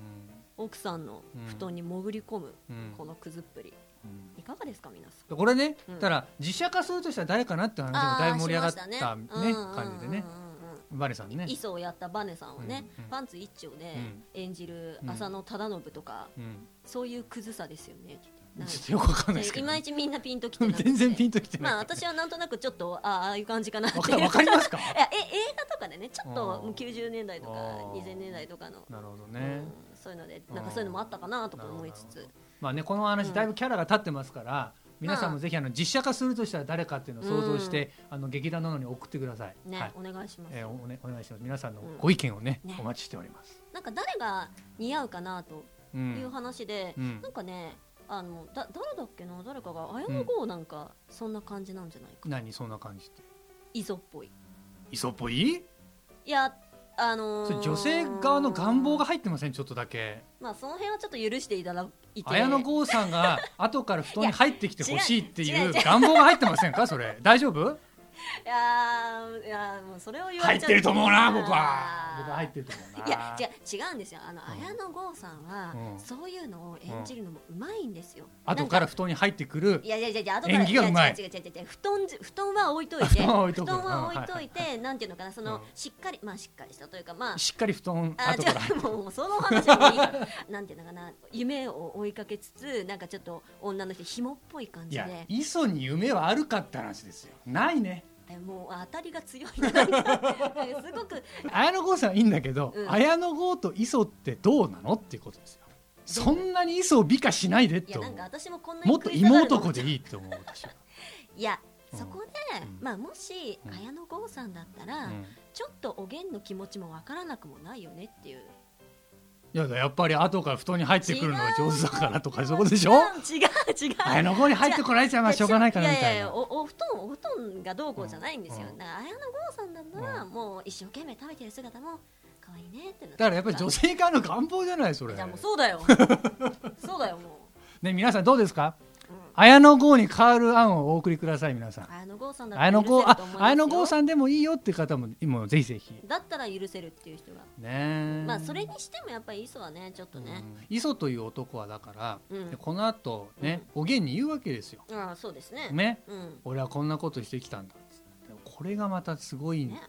Speaker 8: 奥さんの布団に潜り込む
Speaker 7: んうん。
Speaker 8: このクズっぷり
Speaker 7: うん
Speaker 8: いかがですか皆さん
Speaker 7: これね、
Speaker 8: うん
Speaker 7: だから実写化するとしたら誰かなって話もだいぶ盛り上がったね感じでね、バネさんね。
Speaker 8: 磯をやったバネさんをね、
Speaker 7: うんうん
Speaker 8: パンツ一丁で
Speaker 7: うん
Speaker 8: 演じる
Speaker 7: うん
Speaker 8: 浅野忠信とか、
Speaker 7: うん。
Speaker 8: そういうクズさですよねなんか
Speaker 7: ちょっとよくわかんないですけ
Speaker 8: い
Speaker 7: ど、
Speaker 8: まいちみんなピンときてなくて
Speaker 7: 全然ピンときてない。
Speaker 8: まあ私はなんとなくちょっとああああいう感じかなってい
Speaker 7: わ
Speaker 8: う
Speaker 7: かわかりますか。
Speaker 8: いやえ映画とかでねちょっ
Speaker 7: あ
Speaker 8: と
Speaker 7: ー
Speaker 8: もう90年代とか
Speaker 7: あー
Speaker 8: 2000年代とかの、
Speaker 7: なるほど
Speaker 8: う
Speaker 7: ね。
Speaker 8: ん、そういうのでなんかそういうのもあったかなとか思い
Speaker 7: な
Speaker 8: つ
Speaker 7: る
Speaker 8: つ
Speaker 7: ほまあねこの話
Speaker 8: うん
Speaker 7: だいぶキャラが立ってますから、皆さんもぜひあの実写化するとしたら誰かっていうのを想像して、あの劇団なのに送ってください。
Speaker 8: ね、
Speaker 7: はい。
Speaker 8: お願いします、
Speaker 7: えー、おねお願いします。皆さんのご意見をね,、
Speaker 8: うんね
Speaker 7: お待ちしております。
Speaker 8: なんか誰が似合うかなと
Speaker 7: う。
Speaker 8: いうん話で、
Speaker 7: うん
Speaker 8: なんかねあのだ誰だっけな誰かが綾野剛なんかそんな感じなんじゃないか、
Speaker 7: 何そんな感じって。
Speaker 8: 磯っぽい
Speaker 7: 磯っぽい？
Speaker 8: いやあのー
Speaker 7: それ女性側の願望が入ってませんちょっとだけ。
Speaker 8: まあその辺はちょっと許していただいて
Speaker 7: 綾野剛さ んが後から布団に入ってきてほしいって
Speaker 8: いや違
Speaker 7: いうう
Speaker 8: 違う違う
Speaker 7: 願望が入ってませんかそれ大丈夫
Speaker 8: いやーいやーもうそれを言わ
Speaker 7: 入
Speaker 8: れ
Speaker 7: っ
Speaker 8: ちゃ
Speaker 7: てると思うな僕
Speaker 8: あ
Speaker 7: は
Speaker 8: ー
Speaker 7: 僕は入ってると思うない
Speaker 8: や違う違うんですよあの、綾野剛さんは、
Speaker 7: うん
Speaker 8: そういうのを演じるのもうまいんですよ、
Speaker 7: 後から
Speaker 8: なん
Speaker 7: 布団に入ってくる
Speaker 8: いやいやいやいや後から
Speaker 7: 演技がうまい
Speaker 8: や違う違う違う違う布団じ布団は置いといて
Speaker 7: 布団は置いと
Speaker 8: 布
Speaker 7: く
Speaker 8: 団は
Speaker 7: うん
Speaker 8: 置いといて、なんていうのかなそ
Speaker 7: う
Speaker 8: の、
Speaker 7: ん
Speaker 8: しっかりまあしっかりしたというかまあ
Speaker 7: しっかり布団
Speaker 8: あ
Speaker 7: 後から
Speaker 8: じゃあもうその話はもういいから なんていうのかな夢を追いかけつつなんかちょっと女の人紐っぽい感
Speaker 7: い
Speaker 8: じ
Speaker 7: や
Speaker 8: で
Speaker 7: 磯に夢はあるかって話ですよないね
Speaker 8: えもう当たりが強いななんか すごく
Speaker 7: 綾野剛さんはいいんだけど、
Speaker 8: うん
Speaker 7: 綾野剛と磯ってどうなのっていうことですよそんなに磯を美化しないでっ
Speaker 8: い
Speaker 7: て
Speaker 8: や
Speaker 7: 思
Speaker 8: な
Speaker 7: うん
Speaker 8: か私もこんなに
Speaker 7: もっと
Speaker 8: 食い下がる
Speaker 7: 妹子でいいって思う私 は、
Speaker 8: いや
Speaker 7: うん
Speaker 8: そこで、
Speaker 7: うん
Speaker 8: まあもし
Speaker 7: うん
Speaker 8: 綾野剛さんだったら、
Speaker 7: うん
Speaker 8: ちょっとおげんの気持ちもわからなくもないよねっていう
Speaker 7: いやだやっぱり後から布団に入ってくるのが上手だからとかそういうことでし
Speaker 8: 違
Speaker 7: ょ
Speaker 8: う違う違う
Speaker 7: 綾野剛に入ってこられちゃうのはしょうがないかなみた
Speaker 8: や
Speaker 7: い
Speaker 8: やや
Speaker 7: な
Speaker 8: おお布団お布団がどうこうじゃないんですよ、
Speaker 7: うん
Speaker 8: だから綾野剛さんだったら、
Speaker 7: う
Speaker 8: もう一生懸命食べてる姿も可愛いねってなっ
Speaker 7: だ
Speaker 8: て
Speaker 7: からやっぱり女性側の願望じゃないそれ
Speaker 8: じゃあもうそう だよそうだよも
Speaker 7: ね皆さんどうですか
Speaker 8: う、うん
Speaker 7: 綾野剛に代わる案をお送りください皆さん
Speaker 8: 綾野剛さんだった
Speaker 7: 綾野
Speaker 8: ら許せ
Speaker 7: 剛
Speaker 8: る
Speaker 7: あ
Speaker 8: と思いますよ
Speaker 7: 綾野剛さんでもいいよって方ももうぜひぜひ
Speaker 8: だったら許せるっていう人が、
Speaker 7: ねえ
Speaker 8: まあそれにしてもやっぱり磯はねちょっとね
Speaker 7: うん磯という男はだから、
Speaker 8: うん
Speaker 7: でこの後ね、おげんに言うわけですよ、
Speaker 8: ああそうですね
Speaker 7: ね
Speaker 8: うん
Speaker 7: 俺はこんなことしてきたんだっつってでもこれがまたすごいん
Speaker 8: ね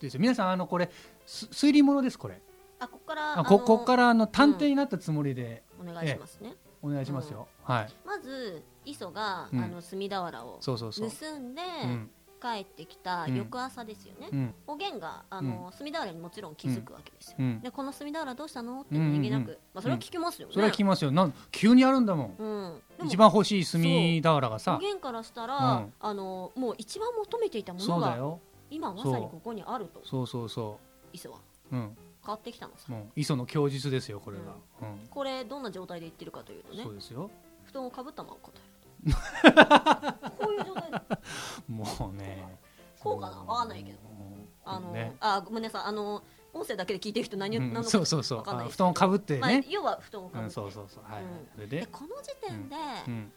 Speaker 7: ですよ、皆さんあのこれす推理ものですこれ
Speaker 8: あここから
Speaker 7: あこ
Speaker 8: の
Speaker 7: こっからあの探偵になったつもりで
Speaker 8: お願いしますね
Speaker 7: お願いしますよ、はい
Speaker 8: まず磯が、
Speaker 7: うん
Speaker 8: あの隅田原を
Speaker 7: そうそうそう、
Speaker 8: 盗んで
Speaker 7: うん
Speaker 8: 帰ってきた
Speaker 7: うん
Speaker 8: 翌朝ですよね、
Speaker 7: うん
Speaker 8: おげんがあの、隅田原にもちろん気づくわけですよ、
Speaker 7: うん、
Speaker 8: でこの隅田原どうしたのって
Speaker 7: うんうんうん
Speaker 8: 逃げなく、まあ、それは聞きますよね、
Speaker 7: それは聞きますよなん急にあるんだもん
Speaker 8: うん、でも
Speaker 7: 一番欲しい墨俵が
Speaker 8: お
Speaker 7: さ
Speaker 8: げんからしたら、
Speaker 7: うん
Speaker 8: あのもう一番求めていたも
Speaker 7: そ
Speaker 8: の
Speaker 7: うだ
Speaker 8: が
Speaker 7: よ
Speaker 8: 今まさにここにあると
Speaker 7: そうそうそ
Speaker 8: 磯は
Speaker 7: ううん
Speaker 8: 買ってきたのさ
Speaker 7: もう磯の供述ですよこれが、うん
Speaker 8: これどんな状態で言ってるかというとね
Speaker 7: そうですよ
Speaker 8: 布団をかぶったまま答 えるとこういう状態で
Speaker 7: もうね
Speaker 8: こうかなわかんないけど
Speaker 7: うん
Speaker 8: あの、
Speaker 7: ね
Speaker 8: あごめんなさいあの音声だけで聞いてる人何を、
Speaker 7: うん
Speaker 8: 何の
Speaker 7: そうそうそう
Speaker 8: わかんない
Speaker 7: あ
Speaker 8: です
Speaker 7: 布団かぶって
Speaker 8: まあ
Speaker 7: ね、
Speaker 8: 要は布団をか
Speaker 7: う
Speaker 8: ぶっ
Speaker 7: ん
Speaker 8: て、
Speaker 7: そうそうそうはい、
Speaker 8: うん
Speaker 7: それ
Speaker 8: で
Speaker 7: で、
Speaker 8: この時点で、
Speaker 7: うん、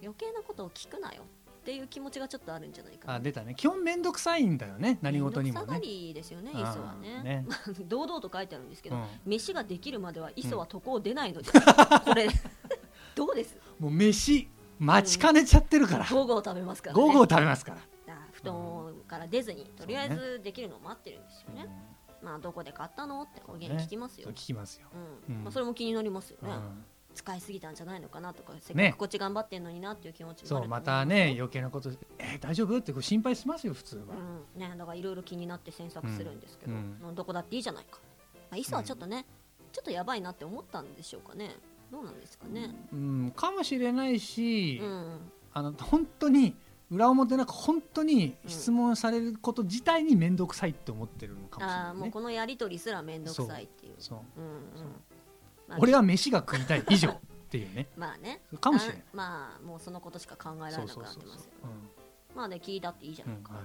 Speaker 8: 余計なことを聞くなよっていう気持ちがちょっとあるんじゃないかな
Speaker 7: あ出たね基本面倒くさいんだよね何事に
Speaker 8: 面
Speaker 7: も
Speaker 8: 倒く
Speaker 7: ね
Speaker 8: さがりですよね
Speaker 7: あ
Speaker 8: 磯
Speaker 7: ー
Speaker 8: はね
Speaker 7: ね
Speaker 8: 堂々と書いてあるんですけ
Speaker 7: う
Speaker 8: ど、
Speaker 7: ん、
Speaker 8: 飯ができるまでは磯は床を出ないので、 これどうです
Speaker 7: もう飯待ちかねちゃってるから、
Speaker 8: 午後を食べますから、ね、
Speaker 7: 午後を食べますから、
Speaker 8: だから布団から出ずにとりあえずできるのを待ってるんですよね
Speaker 7: うん
Speaker 8: まあどこで買ったのっておげん
Speaker 7: そうね
Speaker 8: 聞きますよ
Speaker 7: そう聞きますよ、
Speaker 8: うん
Speaker 7: うん
Speaker 8: まあ、それも気になりますよ
Speaker 7: う
Speaker 8: ね、
Speaker 7: ん、
Speaker 8: 使いすぎたんじゃないのかなとかせっ
Speaker 7: ね
Speaker 8: かくこっち頑張ってんのになっていう気持ちもあると
Speaker 7: そ
Speaker 8: 思
Speaker 7: う
Speaker 8: う
Speaker 7: またね余計なことえー大丈夫ってこう心配しますよ普通は、
Speaker 8: うんね、だからいろいろ気になって詮索するんですけど、
Speaker 7: うん
Speaker 8: どこだっていいじゃないか、まあ、イソはちょっとね、ちょっとやばいなって思ったんでしょうかねどうなんですかね、
Speaker 7: うん、かもしれないし、
Speaker 8: うん
Speaker 7: あの本当に裏表なく本当に質問されること自体に面倒くさいって思ってるのかもしれ
Speaker 8: あ
Speaker 7: な
Speaker 8: あ
Speaker 7: い、
Speaker 8: もう
Speaker 7: ね、
Speaker 8: このやり取りすら面倒くさいっていう
Speaker 7: そう
Speaker 8: うんうんまあ、
Speaker 7: 俺は飯が食いたい以上っていうね
Speaker 8: まあね
Speaker 7: かもしれ ない
Speaker 8: あまあもうそのことしか考えられなくなってますよまあね聞いたっていいじゃ
Speaker 7: う
Speaker 8: ない
Speaker 7: ん
Speaker 8: か、
Speaker 7: はい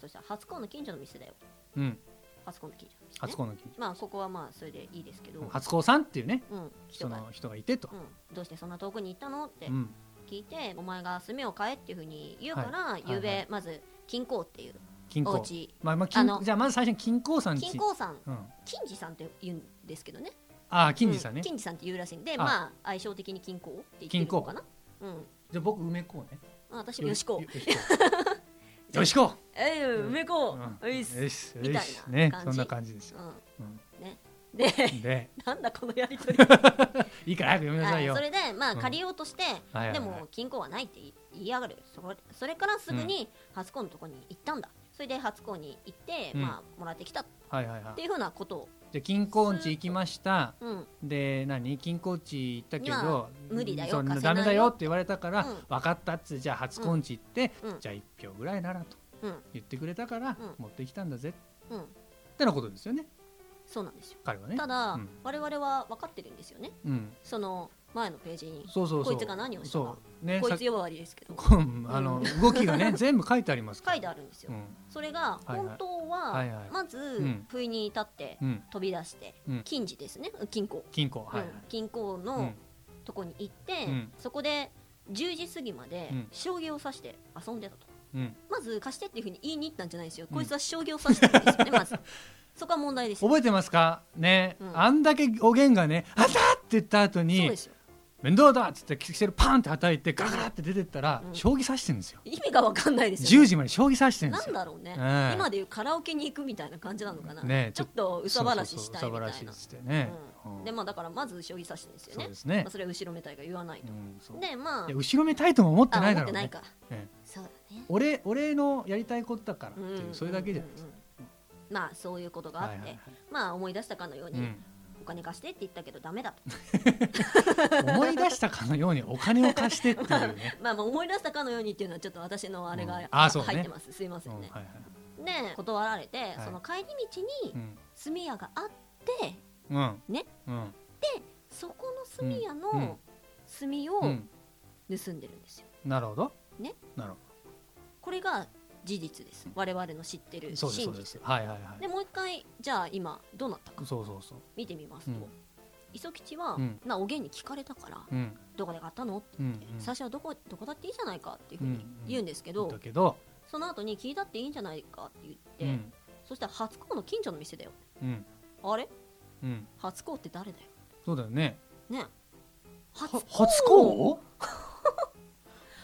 Speaker 8: そしたら初恋の近所の店だよ
Speaker 7: うん
Speaker 8: 初恋の近所の店、ね、
Speaker 7: 初恋の近
Speaker 8: まあここはまあそれでいいですけど、
Speaker 7: 所初恋さんっていうね
Speaker 8: うん、人
Speaker 7: そ
Speaker 8: が、
Speaker 7: の人がいてと
Speaker 8: う、ん、どうしてそんな遠くに行ったのって
Speaker 7: うん
Speaker 8: 聞いて、お前が住めを変えっていうふうに言うから、
Speaker 7: はい
Speaker 8: ゆうべ、
Speaker 7: はいは
Speaker 8: まず金庫っていう
Speaker 7: 金庫
Speaker 8: お家
Speaker 7: まあまあ
Speaker 8: あ
Speaker 7: 金
Speaker 8: の
Speaker 7: じゃあまず最初に金庫さんち
Speaker 8: 金庫さん
Speaker 7: うん、
Speaker 8: 金次さんって言うんですけどね
Speaker 7: ああ金次さんね、
Speaker 8: う金次さんって言うらしいんで
Speaker 7: あ
Speaker 8: まあ相性的に金庫って言ってるのかなうん
Speaker 7: じゃあ僕梅子ね
Speaker 8: あ私もよしこ
Speaker 7: よし こよしこ
Speaker 8: えい梅子
Speaker 7: うん
Speaker 8: ういっす
Speaker 7: よし
Speaker 8: みた
Speaker 7: よ
Speaker 8: い
Speaker 7: し
Speaker 8: な
Speaker 7: ね
Speaker 8: 感じ
Speaker 7: そんな感じですよ、
Speaker 8: うんねで
Speaker 7: で
Speaker 8: なんだこのや りとり
Speaker 7: いいから早く読みなさい
Speaker 8: あ
Speaker 7: よ
Speaker 8: それでまあ
Speaker 7: うん
Speaker 8: 借りようとして
Speaker 7: はいはいはい
Speaker 8: でも金庫はないって言い言いやがるそこそれからすぐに初子のとこに行ったんだそれで初子に行って
Speaker 7: うん
Speaker 8: まあもらってきたっ
Speaker 7: はいはいはい
Speaker 8: ていうふうなことを
Speaker 7: じゃあ金庫地行きました
Speaker 8: うん
Speaker 7: で何金庫地行ったけ
Speaker 8: いや
Speaker 7: ど
Speaker 8: 無理だよ
Speaker 7: そんな
Speaker 8: 貸せな
Speaker 7: ダメ
Speaker 8: いよ
Speaker 7: だよって言われたから、
Speaker 8: うん
Speaker 7: 分かったっつってじゃあ初コンチ行って、
Speaker 8: うん
Speaker 7: じゃあ1票ぐらいならと
Speaker 8: うん
Speaker 7: 言ってくれたから、
Speaker 8: うん
Speaker 7: 持ってきたんだぜ
Speaker 8: うん
Speaker 7: ってなことですよね
Speaker 8: そうなんですよ
Speaker 7: 彼はね
Speaker 8: ただ、
Speaker 7: うん
Speaker 8: 我々は分かってるんですよね
Speaker 7: うん、
Speaker 8: その前のページに
Speaker 7: そうそうそう
Speaker 8: こいつが何をしたか
Speaker 7: そうね
Speaker 8: こ
Speaker 7: さ
Speaker 8: いつ呼ばわりですけど
Speaker 7: こんあの動き がね全部書いてありますか
Speaker 8: 書
Speaker 7: ら
Speaker 8: いてあるんですよ、
Speaker 7: うん
Speaker 8: それが
Speaker 7: はいはい
Speaker 8: 本当
Speaker 7: はいは
Speaker 8: はいまず
Speaker 7: ん
Speaker 8: 不意に至って
Speaker 7: うん
Speaker 8: 飛び出して
Speaker 7: うん
Speaker 8: 近次ですね金庫、
Speaker 7: 金庫はいは
Speaker 8: う
Speaker 7: い
Speaker 8: ん、金庫
Speaker 7: う
Speaker 8: の
Speaker 7: ん
Speaker 8: とこに行って、
Speaker 7: うん
Speaker 8: そこで10時過ぎまで
Speaker 7: うん
Speaker 8: 将棋を指して遊んでたと、
Speaker 7: ううん
Speaker 8: まず貸してっていうふうに言いに行ったんじゃないですよ、こいつは商業させたんですよねま ずそこは問題ですよ
Speaker 7: 覚えてますかね、
Speaker 8: うん
Speaker 7: あんだけおげんがね「あんた!」って言った後
Speaker 8: そう
Speaker 7: に
Speaker 8: ですよ
Speaker 7: 「面倒だ!」っつってキセルパンって叩いてガラガラって出てったら、
Speaker 8: うん
Speaker 7: 将棋指してるんですよ
Speaker 8: 意味がわかんないですよ、
Speaker 7: 10時まで将棋指してるんで
Speaker 8: な
Speaker 7: す
Speaker 8: ん
Speaker 7: よ
Speaker 8: だろうね、
Speaker 7: ええ
Speaker 8: 今でいうカラオケに行くみたいな感じなのかな、
Speaker 7: ねえ
Speaker 8: ちょっと憂さ晴らししたい
Speaker 7: そう
Speaker 8: み
Speaker 7: そうそう憂さ晴ら
Speaker 8: たい
Speaker 7: し
Speaker 8: な
Speaker 7: してね、
Speaker 8: う
Speaker 7: うん
Speaker 8: んでまあだからまず将棋指してるんですよ
Speaker 7: そう
Speaker 8: ね
Speaker 7: ですね
Speaker 8: まあ、それは後ろめたいが言わないと、
Speaker 7: うんそう
Speaker 8: でまあ
Speaker 7: いや後ろめたいとも思って
Speaker 8: あ
Speaker 7: ないだ
Speaker 8: 思っ
Speaker 7: ろ
Speaker 8: て
Speaker 7: う
Speaker 8: ない
Speaker 7: ね
Speaker 8: か、
Speaker 7: ええ
Speaker 8: そうだね
Speaker 7: 俺俺のやりたいことだからって
Speaker 8: うん
Speaker 7: いうそれだけじゃないです
Speaker 8: うんうんうんまあそういうことがあっ
Speaker 7: は
Speaker 8: て、
Speaker 7: いはいはい
Speaker 8: まあ思い出したかのように、
Speaker 7: うん
Speaker 8: お金貸してって言ったけどダメ だと
Speaker 7: 思い出したかのようにお金を貸してって いうね
Speaker 8: まあまあ思い出したかのようにっていうのはちょっと私のあれが
Speaker 7: うんあーそうね
Speaker 8: 入ってます、すいませ
Speaker 7: うん
Speaker 8: ん
Speaker 7: はい
Speaker 8: ね、
Speaker 7: はい
Speaker 8: で断られて、
Speaker 7: い
Speaker 8: その帰り道に
Speaker 7: うん
Speaker 8: 炭屋があって
Speaker 7: うん
Speaker 8: ね
Speaker 7: うん
Speaker 8: そこの炭屋
Speaker 7: うん
Speaker 8: の炭
Speaker 7: う
Speaker 8: を
Speaker 7: ん
Speaker 8: 盗んでるんですよ、
Speaker 7: なるほど
Speaker 8: ね
Speaker 7: なるほ
Speaker 8: これが事実です我々の知ってる
Speaker 7: どそ
Speaker 8: 真
Speaker 7: うですそう
Speaker 8: 実
Speaker 7: ですはいはいはい
Speaker 8: でもう一回じゃあ今どうなったか
Speaker 7: そうそうそう
Speaker 8: 見てみますと、
Speaker 7: うん
Speaker 8: 磯吉は、
Speaker 7: うん
Speaker 8: なおげんに聞かれたから
Speaker 7: うん
Speaker 8: どこで買ったのって
Speaker 7: うんうん
Speaker 8: 最初はどこどこだっていいじゃないかっていうふうに言うんですけど、
Speaker 7: だけど
Speaker 8: その後に聞いたっていいんじゃないかって言って、
Speaker 7: うん
Speaker 8: そしたら初子の近所の店だよ
Speaker 7: うん
Speaker 8: あれ
Speaker 7: うん
Speaker 8: 初子って誰だよ
Speaker 7: そうだよね
Speaker 8: ね初
Speaker 7: 初公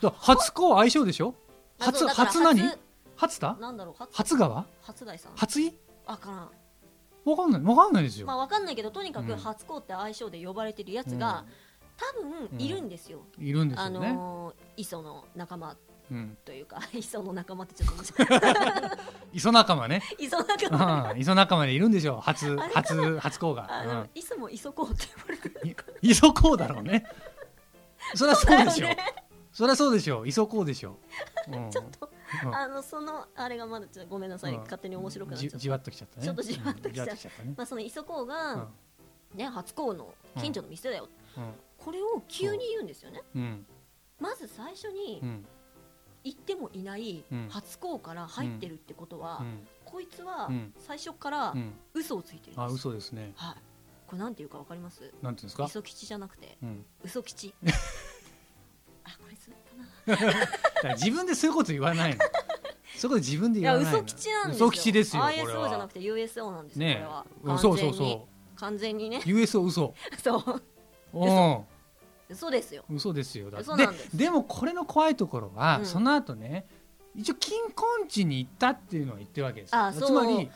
Speaker 7: だ初公相性でしょ
Speaker 8: あそ
Speaker 7: 初
Speaker 8: うだから
Speaker 7: 初何初田
Speaker 8: なんだろう初
Speaker 7: 初川
Speaker 8: 初大さん
Speaker 7: 初井
Speaker 8: わからん
Speaker 7: わかんないわかんないですよ
Speaker 8: まあわかんないけどとにか
Speaker 7: う
Speaker 8: く
Speaker 7: ん
Speaker 8: 初子って愛称で呼ばれてるやつが、多分いるんですよ、
Speaker 7: いるんです
Speaker 8: あ
Speaker 7: よね
Speaker 8: のー、磯の仲間
Speaker 7: うん
Speaker 8: というか磯の仲間ってちょっと面 白い
Speaker 7: 磯仲間ね
Speaker 8: 磯の仲間
Speaker 7: う ん磯仲間でいるんでしょう初
Speaker 8: あれ
Speaker 7: 初初公
Speaker 8: あの、
Speaker 7: が、
Speaker 8: 磯も磯子って呼ばれてる
Speaker 7: うん、い磯公だろうねそりゃそうでしょ
Speaker 8: そうだよ
Speaker 7: そりゃそうでしょ磯公でしょ、うん、
Speaker 8: ちょっと
Speaker 7: うん
Speaker 8: あのそのあれがまだちょっとごめんなさい、
Speaker 7: うん
Speaker 8: 勝手に面白くなっちゃっ
Speaker 7: じ
Speaker 8: た
Speaker 7: じわっときちゃったね
Speaker 8: ちょっとじわっときちゃっ
Speaker 7: うんじわっ
Speaker 8: た
Speaker 7: ときちゃったね、
Speaker 8: まあ、その磯子が、ね、初公の近所の店だよ、これを急に言うんですよね、
Speaker 7: うんうん
Speaker 8: まず最初に
Speaker 7: うん
Speaker 8: 行ってもいない
Speaker 7: うん
Speaker 8: 初公から入ってるってことは、
Speaker 7: うん
Speaker 8: こいつは
Speaker 7: うん
Speaker 8: 最初から
Speaker 7: うん
Speaker 8: 嘘をついてるんです、
Speaker 7: あ嘘ですね
Speaker 8: はいこれなんていうかわかります
Speaker 7: なんていうんですか、
Speaker 8: 磯吉じゃなくて
Speaker 7: うん、
Speaker 8: 嘘吉あこれ滑ったな
Speaker 7: だから自分でそういうこと言わ ないのそういうこと自分で
Speaker 8: い
Speaker 7: 言
Speaker 8: や
Speaker 7: わないの
Speaker 8: 嘘吉なんですよ
Speaker 7: 嘘吉ですよこれ
Speaker 8: ISO じゃな
Speaker 7: は
Speaker 8: くて USO なんですよ、
Speaker 7: ね
Speaker 8: これは
Speaker 7: えうん
Speaker 8: 完全
Speaker 7: そう
Speaker 8: に
Speaker 7: そうそ
Speaker 8: 完全にね
Speaker 7: う USO 嘘
Speaker 8: そう
Speaker 7: うん
Speaker 8: そうですよ
Speaker 7: 嘘ですよだって
Speaker 8: 嘘なんです
Speaker 7: でもこれの怖いところは、
Speaker 8: うん
Speaker 7: その後ね一応金婚地に行ったっていうのは言ってるわけですよ
Speaker 8: あそう
Speaker 7: つまり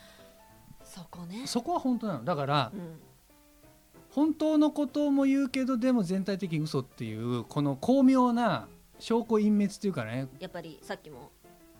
Speaker 8: そこね
Speaker 7: そこは本当なのだから
Speaker 8: うん
Speaker 7: 本当のことも言うけどでも全体的に嘘っていうこの巧妙な証拠隠滅っていうかね、
Speaker 8: やっぱりさっきも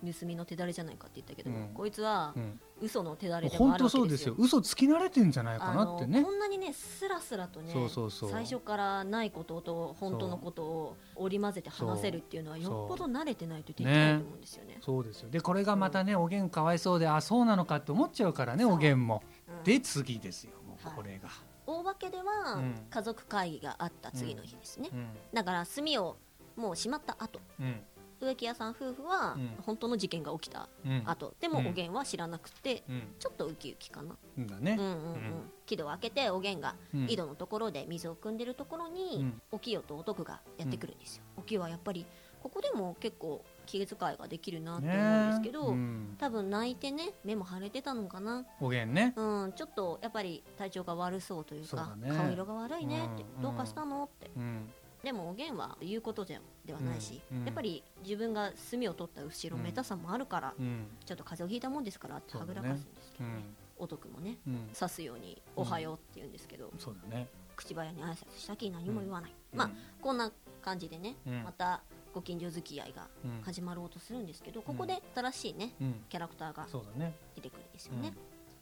Speaker 8: 盗みの手だれじゃないかって言ったけど、
Speaker 7: うん
Speaker 8: こいつは
Speaker 7: うん、
Speaker 8: 嘘の手だれでも
Speaker 7: 本
Speaker 8: あるわ
Speaker 7: 当
Speaker 8: けですよ
Speaker 7: そうですよ嘘つき慣れてんじゃないか
Speaker 8: あ
Speaker 7: な
Speaker 8: の
Speaker 7: ってね
Speaker 8: こんなにねスラスラとね
Speaker 7: そうそうそう
Speaker 8: 最初からないことと本当のことを織り交ぜて話せるっていうのは
Speaker 7: そう
Speaker 8: よっぽど慣れてないとできないと思うんですよね。
Speaker 7: そうですよでこれがまたねおげんかわいそうであそうなのかって思っちゃうからねおげんも
Speaker 8: うん
Speaker 7: で次ですよもうこれが、
Speaker 8: 大化けでは
Speaker 7: うん
Speaker 8: 家族会議があった次の日ですね、
Speaker 7: うん
Speaker 8: だから炭をもうしまった後
Speaker 7: うん
Speaker 8: 植木屋さん夫婦は
Speaker 7: うん
Speaker 8: 本当の事件が起きた
Speaker 7: うん
Speaker 8: 後、で
Speaker 7: うん
Speaker 8: もおげんは知らなくて
Speaker 7: うん
Speaker 8: ちょっとウキウキかな、
Speaker 7: うんだね
Speaker 8: うん、うんう
Speaker 7: う
Speaker 8: ん
Speaker 7: ん
Speaker 8: 木戸を開けておげんが
Speaker 7: うん
Speaker 8: 井戸のところで水を汲んでるところ
Speaker 7: う
Speaker 8: に
Speaker 7: ん
Speaker 8: お清とお徳がやってくるんですよ。お清はやっぱりここでも結構気遣いができるなって思うんですけど、
Speaker 7: ねうん
Speaker 8: 多分泣いてね目も腫れてたのかな、
Speaker 7: おげんね
Speaker 8: うん、ちょっとやっぱり体調が悪そうという
Speaker 7: そうだ
Speaker 8: か
Speaker 7: ね
Speaker 8: 顔色が悪いねって、
Speaker 7: うん
Speaker 8: どうかしたのって
Speaker 7: うん
Speaker 8: でもおげんは言うことじゃではないし、
Speaker 7: うんうん
Speaker 8: やっぱり自分が墨を取った後ろめたさもあるから、
Speaker 7: うん
Speaker 8: ちょっと風邪をひいたもんですからってはぐらかすんですけ
Speaker 7: う
Speaker 8: どね
Speaker 7: ん
Speaker 8: お徳もね
Speaker 7: うん
Speaker 8: 刺すように「おはよう」って言うんですけど、
Speaker 7: そうだね
Speaker 8: 口早に挨拶したき何も言わない、まあこんな感じでね、
Speaker 7: うん
Speaker 8: またご近所付き合いが
Speaker 7: うん
Speaker 8: 始まろうとするんですけど、ここで新しいね
Speaker 7: うん
Speaker 8: キャラクターが
Speaker 7: そうだね
Speaker 8: 出てくるんですよね。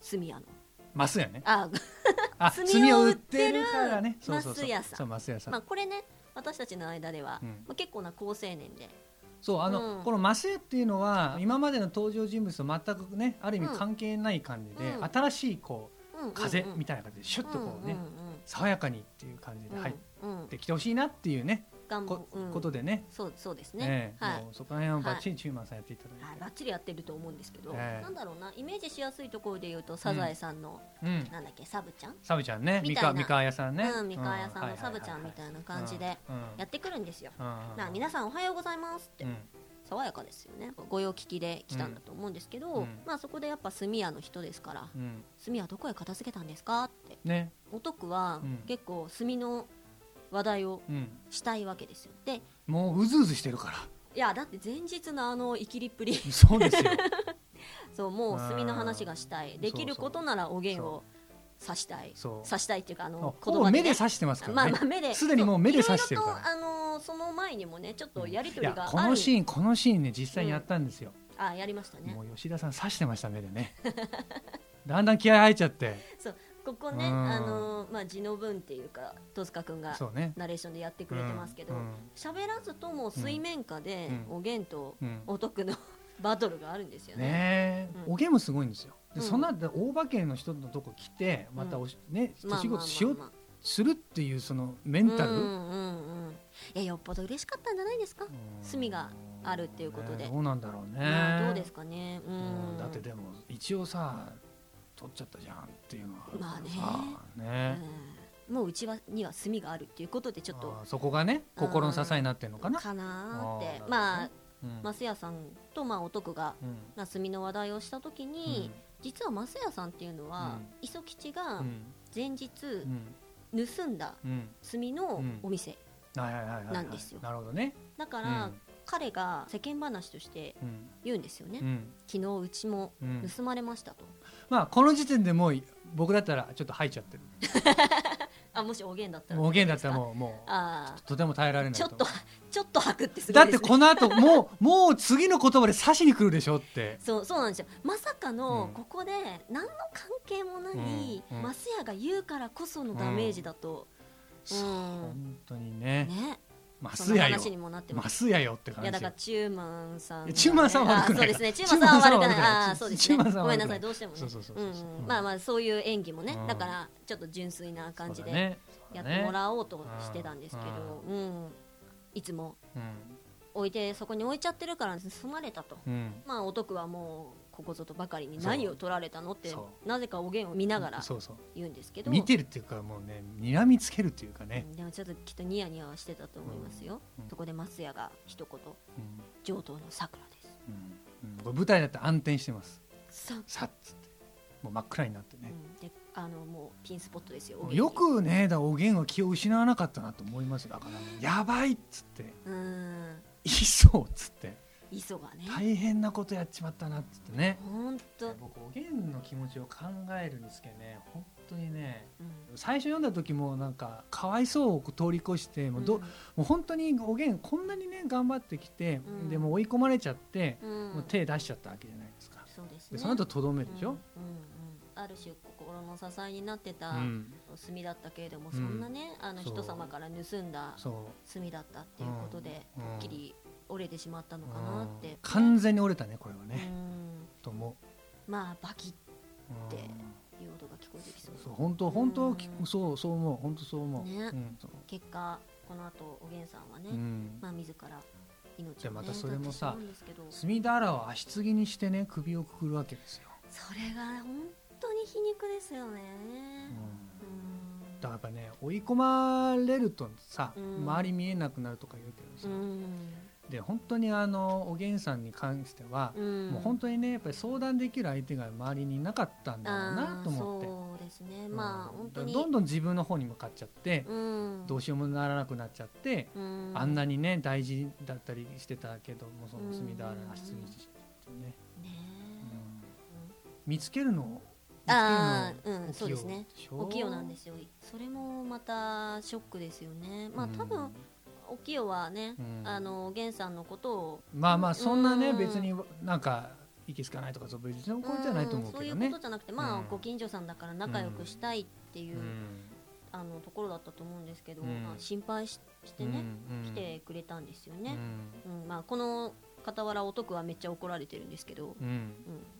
Speaker 8: スミヤの
Speaker 7: マスやね
Speaker 8: あ、
Speaker 7: あ
Speaker 8: 炭
Speaker 7: 炭
Speaker 8: を
Speaker 7: を
Speaker 8: 売
Speaker 7: 売
Speaker 8: っ
Speaker 7: ってて
Speaker 8: る
Speaker 7: るからねそうそうそう
Speaker 8: マス屋さん
Speaker 7: そうマス屋さん
Speaker 8: まあ、これね私たちの間では、
Speaker 7: うん
Speaker 8: まあ、結構な好青年で
Speaker 7: そうあの、
Speaker 8: うん
Speaker 7: このマスっていうのは今までの登場人物と全くねある意味
Speaker 8: うん
Speaker 7: 関係ない感じで、
Speaker 8: うん
Speaker 7: 新しいこ
Speaker 8: うんうんう
Speaker 7: うん風みたいな感じでシュッとこうね、
Speaker 8: ん
Speaker 7: 爽やかにっていう感じ
Speaker 8: うんう
Speaker 7: で
Speaker 8: ん
Speaker 7: 入っ
Speaker 8: うんうん
Speaker 7: てきてほしいなっていうね、
Speaker 8: 願望
Speaker 7: こ,、
Speaker 8: うん
Speaker 7: とでね
Speaker 8: そうそうですね
Speaker 7: ね
Speaker 8: はい
Speaker 7: もうそこら辺はバッチリチューマンさんやっていただいて、
Speaker 8: はい、ばっちりやってると思うんですけど、
Speaker 7: ええ
Speaker 8: なんだろうなイメージしやすいところで言うとサザエさんの、
Speaker 7: うん
Speaker 8: なんだっけサブちゃん、
Speaker 7: サブちゃんね三
Speaker 8: みたい
Speaker 7: 河三
Speaker 8: な
Speaker 7: 河屋さんね、
Speaker 8: うん三河屋さんのサブちゃんみ
Speaker 7: い
Speaker 8: たいな感じで
Speaker 7: うん
Speaker 8: やってくるんですよ、
Speaker 7: うん
Speaker 8: な皆さんおはようございますって、
Speaker 7: うん
Speaker 8: さ爽やかですよね御用聞きで来たんだと思うんですけど、
Speaker 7: うん
Speaker 8: まあそこでやっぱ炭屋の人ですから
Speaker 7: うん
Speaker 8: 炭はどこへ片付けたんですかって
Speaker 7: ね
Speaker 8: お徳は
Speaker 7: うん
Speaker 8: 結構炭の話題を
Speaker 7: うん
Speaker 8: したいわけですよで
Speaker 7: もううずうずしてるか
Speaker 8: いやだって前日のあの生きりっぷり
Speaker 7: らそうですよ
Speaker 8: そうもう
Speaker 7: あー
Speaker 8: 炭の話がしたいできることならおげんを刺したい
Speaker 7: そう
Speaker 8: 刺したいっていうかあ
Speaker 7: もう
Speaker 8: の
Speaker 7: ほ
Speaker 8: 子
Speaker 7: ぼ
Speaker 8: 供
Speaker 7: 目で刺してますから
Speaker 8: まあ
Speaker 7: ね、
Speaker 8: まあ目です
Speaker 7: でにもう目で刺してるから
Speaker 8: そういろいろとあのその前にもねちょっとやりと
Speaker 7: い
Speaker 8: り
Speaker 7: や
Speaker 8: が
Speaker 7: こ
Speaker 8: あ
Speaker 7: の
Speaker 8: る
Speaker 7: シーンこのシーンね実際にやったんですよ、
Speaker 8: あやりましたね
Speaker 7: もう吉田さん刺してました目でね だんだん気合入っちゃって
Speaker 8: ここね
Speaker 7: うん
Speaker 8: あのまあ字の文っていうか戸塚くんが
Speaker 7: そうね
Speaker 8: ナレーションでやってくれてますけど
Speaker 7: うん
Speaker 8: 喋らずとも水面下で
Speaker 7: うん
Speaker 8: おげんと
Speaker 7: うんうん
Speaker 8: お徳の バトルがあるんですよね
Speaker 7: ねえ、
Speaker 8: うん
Speaker 7: おげもすごいんですよで、
Speaker 8: うん
Speaker 7: その後大化けの人のとこ来てまたおし、ね
Speaker 8: まあ
Speaker 7: 手仕
Speaker 8: まあまあま
Speaker 7: 事
Speaker 8: あ
Speaker 7: しようするっていうそのメンタル、
Speaker 8: う
Speaker 7: うんん
Speaker 8: うんうんいやよっぽど嬉しかったんじゃないですか罪があるっていうことで
Speaker 7: ねどうなんだろうね、
Speaker 8: まあどうですかねう
Speaker 7: うん
Speaker 8: ん
Speaker 7: だってでも一応さ取っちゃったじゃんっていうのは
Speaker 8: まあね
Speaker 7: あね
Speaker 8: うんもううちはには炭があるっていうことでちょっと
Speaker 7: あーそこがね心の支えになってるのかな、
Speaker 8: かなーって
Speaker 7: あー
Speaker 8: ま
Speaker 7: な
Speaker 8: あ
Speaker 7: るうん
Speaker 8: マスヤさんとまあお徳が
Speaker 7: うん
Speaker 8: まあ炭の話題をした時に、実はマスヤさんっていうのは、
Speaker 7: うん
Speaker 8: 磯吉
Speaker 7: う
Speaker 8: が
Speaker 7: ん
Speaker 8: 前日
Speaker 7: うんうん
Speaker 8: 盗んだ
Speaker 7: うん
Speaker 8: 炭のお店、
Speaker 7: はいはいはいはい
Speaker 8: なんですよ
Speaker 7: なるほどね
Speaker 8: だから、
Speaker 7: うん
Speaker 8: 彼が世間話として
Speaker 7: うん
Speaker 8: 言うんですよね、
Speaker 7: うん
Speaker 8: 昨日うちも
Speaker 7: うん
Speaker 8: 盗まれましたと、
Speaker 7: まあこの時点でもう僕だったらちょっと吐いちゃってる
Speaker 8: あもしおげんだったら
Speaker 7: もうおげんだったら
Speaker 8: う
Speaker 7: もうも
Speaker 8: あ
Speaker 7: うとても耐えられ
Speaker 8: あ
Speaker 7: ない
Speaker 8: ちょっ
Speaker 7: 思う
Speaker 8: とちょっと吐くってすご
Speaker 7: だ
Speaker 8: い
Speaker 7: っ
Speaker 8: で
Speaker 7: て
Speaker 8: すね
Speaker 7: この後もう もう次の言葉で刺しに来るでしょって
Speaker 8: そうそうなんですよまさかの
Speaker 7: うん
Speaker 8: ここで何の関係もない、
Speaker 7: うんうん
Speaker 8: マスヤが言うからこそのダメージだと、うん
Speaker 7: 本当にね
Speaker 8: ね
Speaker 7: マ
Speaker 8: そ
Speaker 7: ス
Speaker 8: の
Speaker 7: やよ
Speaker 8: 話にもなってます
Speaker 7: マスやよって感
Speaker 8: いやだ
Speaker 7: じ
Speaker 8: からチューマンさんがね、
Speaker 7: チューマンさんは悪く
Speaker 8: あ
Speaker 7: ない
Speaker 8: そうですねチューマンさんは悪くないあーそうです
Speaker 7: チュ
Speaker 8: ね
Speaker 7: ーマンさん
Speaker 8: ご
Speaker 7: は
Speaker 8: め
Speaker 7: 悪
Speaker 8: ん
Speaker 7: くない
Speaker 8: なさいどうしてもね
Speaker 7: そうそうそうそう
Speaker 8: うんうんまあまあそういう演技もね、
Speaker 7: うん
Speaker 8: だからちょっと純粋な感じ
Speaker 7: そうだ
Speaker 8: で
Speaker 7: ね
Speaker 8: やっても
Speaker 7: う
Speaker 8: らおうとしてたんですけど、うんいつも
Speaker 7: だね
Speaker 8: 置いてそこに置いちゃってるから盗まれたと
Speaker 7: うんうん
Speaker 8: まあお得はもうここぞとばかりに
Speaker 7: そう
Speaker 8: 何を取られたのって
Speaker 7: そ
Speaker 8: なぜかおげんを見ながら
Speaker 7: そうそう
Speaker 8: 言うんですけど
Speaker 7: 見てるっていうかもうね睨みつけるっていうかね、
Speaker 8: うんでもちょっときっとニヤニヤはしてたと思いますよ、
Speaker 7: うんうん
Speaker 8: そこで松屋が一言
Speaker 7: うん
Speaker 8: 上等の桜です
Speaker 7: うんうんこれ舞台だって暗転してます
Speaker 8: そう
Speaker 7: さっつってもう真っ暗になってね、
Speaker 8: うん、であのもうピンスポットですよ。
Speaker 7: よくねだからおげんは気を失わなかったなと思いますよだからやばいっつって
Speaker 8: うーん
Speaker 7: いそうっつって
Speaker 8: 磯がね。
Speaker 7: 大変なことやっちまったなっつってね
Speaker 8: 本当、うん、
Speaker 7: 僕おげんの気持ちを考えるんですけどね本当にね最初読んだ時もなんかかわいそうを通り越してもうど、
Speaker 8: うん
Speaker 7: もう本当におげんこんなにね頑張ってきて、
Speaker 8: うん
Speaker 7: でもう追い込まれちゃって、
Speaker 8: うん、
Speaker 7: もう手出しちゃったわけじゃないですか
Speaker 8: そうですね。
Speaker 7: でその後とどめる
Speaker 8: うん
Speaker 7: でしょ、
Speaker 8: うんうんある種心の支えになってた
Speaker 7: うん
Speaker 8: 炭だったけれども、
Speaker 7: ん
Speaker 8: そんなねあの
Speaker 7: そう
Speaker 8: 人様から盗んだ
Speaker 7: そ
Speaker 8: 炭だったっていうことで、
Speaker 7: うん
Speaker 8: ぽっきり折れてしまったのかなって。
Speaker 7: うん完全に折れたねこれは
Speaker 8: う
Speaker 7: ね、
Speaker 8: ん
Speaker 7: と思
Speaker 8: まあバキっ
Speaker 7: う、
Speaker 8: て
Speaker 7: うん
Speaker 8: いう音が聞こえてきそう。
Speaker 7: そう本当本当き
Speaker 8: うん
Speaker 7: そうそう思う本当そう思う、
Speaker 8: ね
Speaker 7: うんそう
Speaker 8: 結果この後おげんさんはね、
Speaker 7: うん
Speaker 8: まあ自ら命を、ね、
Speaker 7: じゃあまたそれもさ
Speaker 8: 絶ってしまうんですけど
Speaker 7: 隅田原を足継ぎにしてね首をくくるわけですよ、
Speaker 8: それが本当に皮肉ですよね。
Speaker 7: うん
Speaker 8: うん
Speaker 7: だからやっぱね追い込まれるとさ、
Speaker 8: うん
Speaker 7: 周り見えなくなるとか言うけどさ、
Speaker 8: うん
Speaker 7: で本当にあのおげんさんに関しては、
Speaker 8: うん
Speaker 7: もう本当にねやっぱり相談できる相手が周りにいなかったんだろうなと思って
Speaker 8: あーそうですね。まあ、
Speaker 7: うん
Speaker 8: 本当に
Speaker 7: どんどん自分の方に向かっちゃって、
Speaker 8: うん
Speaker 7: どうしようもならなくなっちゃって、
Speaker 8: うん
Speaker 7: あんなにね大事だったりしてたけどもうその
Speaker 8: うん
Speaker 7: 隅田原の足継ぎしてね、
Speaker 8: ね
Speaker 7: うん見つけるの
Speaker 8: あ
Speaker 7: 見つける
Speaker 8: ー
Speaker 7: の
Speaker 8: うんそうですね
Speaker 7: し
Speaker 8: え
Speaker 7: ょ
Speaker 8: お清なんですよ。それもまたショックですよね。まあ多
Speaker 7: う
Speaker 8: 分
Speaker 7: ん
Speaker 8: お清はね、
Speaker 7: うん
Speaker 8: あのおげんさんのことを
Speaker 7: まあまあそんなね、
Speaker 8: うん
Speaker 7: 別になんかいけすかないとかそう別のことじゃないと思うけど
Speaker 8: んそうい
Speaker 7: ね
Speaker 8: うことじゃなくてまあ、
Speaker 7: うん
Speaker 8: ご近所さんだから仲良くしたいっていう、
Speaker 7: うん
Speaker 8: あのところだったと思うんですけど、
Speaker 7: うん
Speaker 8: まあ、心配ししてね、来てくれたんですよね、うんまあ、この傍らお徳はめっちゃ怒られてるんですけど、
Speaker 7: うんうん
Speaker 8: うん、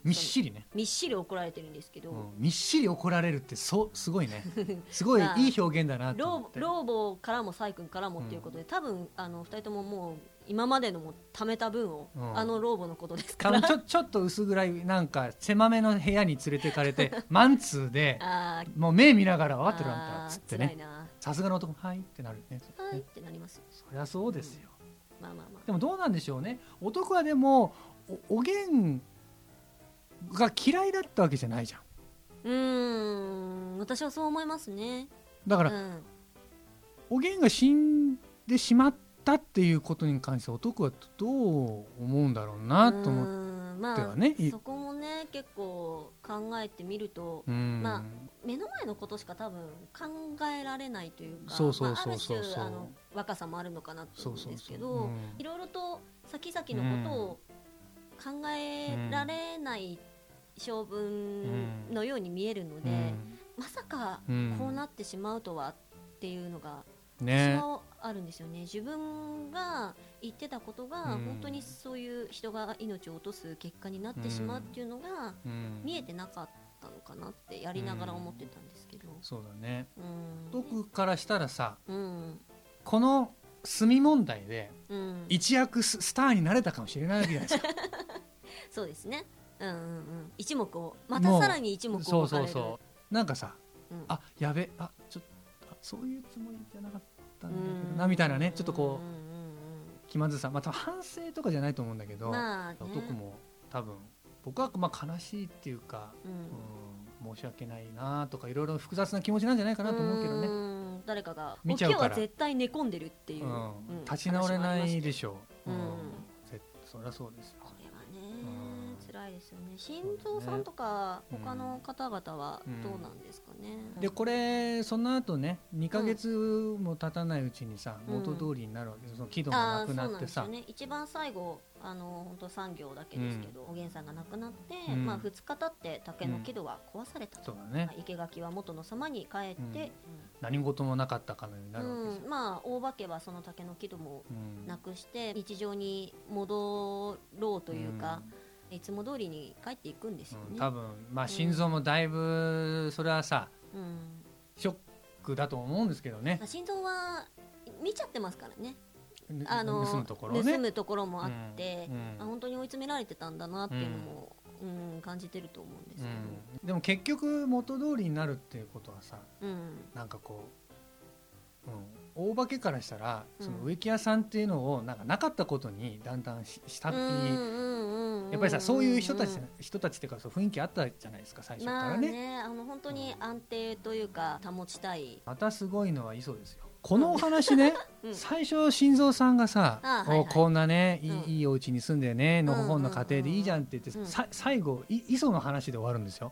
Speaker 7: みっしりね、
Speaker 8: みっしり怒られてるんですけど、
Speaker 7: うんみっしり怒られるってそうすご いねすごい
Speaker 8: まあ
Speaker 7: いい表現だなと思
Speaker 8: 老
Speaker 7: って
Speaker 8: 老母からもサイ君からもっていうことで、多分あの2人とももう今までのも貯めた分を、
Speaker 7: うん
Speaker 8: あの老母のことですか
Speaker 7: 多
Speaker 8: ら
Speaker 7: 分ちょ ちょっと薄暗いなんか狭めの部屋に連れてかれ てマンツーで
Speaker 8: あー
Speaker 7: もう目見ながら分かってるあん
Speaker 8: あ
Speaker 7: たっつっ
Speaker 8: ー
Speaker 7: て
Speaker 8: 辛い
Speaker 7: ね
Speaker 8: な
Speaker 7: さすがの男はいってなるね
Speaker 8: はいってなります
Speaker 7: そりゃそうですよ、
Speaker 8: まあまあまあ
Speaker 7: でもどうなんでしょうね男はでもおおげんが嫌いだったわけじゃないじゃん
Speaker 8: うーん私はそう思いますね
Speaker 7: だか
Speaker 8: う
Speaker 7: ら、
Speaker 8: ん
Speaker 7: おげんが死んでしまったっていうことに関して男はどう思うんだろうなと思っ
Speaker 8: うんま
Speaker 7: て
Speaker 8: あ
Speaker 7: はね、い
Speaker 8: そこもね結構考えてみると
Speaker 7: うん
Speaker 8: まあ目の前のことしか多分考えられないというか
Speaker 7: そうそう
Speaker 8: まあある
Speaker 7: そう
Speaker 8: 種
Speaker 7: そうそう
Speaker 8: あの若さもあるのかなと
Speaker 7: そう
Speaker 8: 思う
Speaker 7: そ
Speaker 8: ん
Speaker 7: う
Speaker 8: です
Speaker 7: そ
Speaker 8: け
Speaker 7: う、
Speaker 8: ど
Speaker 7: うん
Speaker 8: いろいろと先々のことを考えられない性分のように見えるので、まさか
Speaker 7: うん
Speaker 8: こうなってしまうとはっていうのが
Speaker 7: うん
Speaker 8: 私
Speaker 7: ね
Speaker 8: はあるんですよね自分が言ってたことが
Speaker 7: うん
Speaker 8: 本当にそういう人が命を落とす結果になってしまうっていうのが
Speaker 7: うん
Speaker 8: 見えてなかったのかなってやりながら思ってたんですけど。
Speaker 7: そうだね
Speaker 8: うん
Speaker 7: 僕からしたらさ
Speaker 8: うん
Speaker 7: この住み問題で
Speaker 8: うん、
Speaker 7: 一躍ススターになれたかもしれないわけじゃないです か
Speaker 8: そうですね、うんうんうん、一目をまたさらに一目を置かれ
Speaker 7: そ
Speaker 8: る
Speaker 7: うそうそうなんかさ、
Speaker 8: うん
Speaker 7: あやべあちょっとあそういうつもりじゃなかったんだけど
Speaker 8: ん
Speaker 7: なみたいなねちょっとこ
Speaker 8: ん
Speaker 7: う
Speaker 8: ん
Speaker 7: 気まずさまた、反省とかじゃないと思うんだけど、
Speaker 8: うんまあ、ね、
Speaker 7: 男も多分僕はまあ悲しいっていうか、
Speaker 8: うん
Speaker 7: うん、申し訳ないなとかいろいろ複雑な気持ちなんじゃないかなと思うけどね、
Speaker 8: うん誰かが「
Speaker 7: 見
Speaker 8: お
Speaker 7: ちゃう
Speaker 8: き
Speaker 7: から
Speaker 8: は絶対寝込んでる」っていう、
Speaker 7: うん
Speaker 8: うん
Speaker 7: 立ち直れないで
Speaker 8: 話
Speaker 7: しょう、
Speaker 8: うん
Speaker 7: ぜそりゃそうですよ
Speaker 8: もありました
Speaker 7: う
Speaker 8: ね
Speaker 7: ん
Speaker 8: これはね辛いですよね心臓さんとか他の方々はどうなんですかね、
Speaker 7: でこれその後ね2ヶ月も経たないうちにさ、
Speaker 8: うん
Speaker 7: 元通りになるわけですその喜怒がな
Speaker 8: ああ
Speaker 7: く
Speaker 8: そう
Speaker 7: な
Speaker 8: なん
Speaker 7: っ
Speaker 8: で
Speaker 7: て
Speaker 8: すよ
Speaker 7: さ
Speaker 8: ね一番最後あの本当産業だけですけど、おげんさんが亡くなって、
Speaker 7: うん
Speaker 8: まあ、2日経って竹の木戸は壊された
Speaker 7: そ
Speaker 8: と、
Speaker 7: うだね、
Speaker 8: まあ生垣は元の様に帰って、
Speaker 7: 何事もなかったかのように
Speaker 8: う
Speaker 7: なるわけ
Speaker 8: ん
Speaker 7: ですよ、
Speaker 8: まあ大化けはその竹の木戸も
Speaker 7: うん
Speaker 8: なくして日常に戻ろうというか、いつも通りに帰っていくんですよ
Speaker 7: うん
Speaker 8: ね。
Speaker 7: 多分まあ心臓もだいぶそれはさ
Speaker 8: うん
Speaker 7: ショックだと思うんですけどね
Speaker 8: まあ、心臓は見ちゃってますからね
Speaker 7: 盗
Speaker 8: あの
Speaker 7: むところをね
Speaker 8: 盗むところもあって、
Speaker 7: うん
Speaker 8: あ本当に追い詰められてたんだなっていうのも、うん感じてると思うんです
Speaker 7: う
Speaker 8: け
Speaker 7: んでも結局元通りになるっていうことはさ
Speaker 8: ど、うん
Speaker 7: なんかこう、うん、大化けからしたら
Speaker 8: うん
Speaker 7: その植木屋さんっていうのをなんかなかったことにだんだんししたっていうや
Speaker 8: や
Speaker 7: っぱりさそういう人たち人たちっていうかそう雰囲気あったじゃないですか最初か
Speaker 8: ま
Speaker 7: ら
Speaker 8: あ
Speaker 7: ね,、ま
Speaker 8: ねあの本当に安定というか保ちたい
Speaker 7: たすごいのは磯ですよこのお話ね、
Speaker 8: うん
Speaker 7: 最初心臓さんがさ「
Speaker 8: あ
Speaker 7: お
Speaker 8: はいはい
Speaker 7: こんなねいい,、
Speaker 8: うん
Speaker 7: いいお家に住んでねのほほんの家庭でいいじゃん」って言って、
Speaker 8: うん
Speaker 7: さ最後い磯の話で終わるんですよ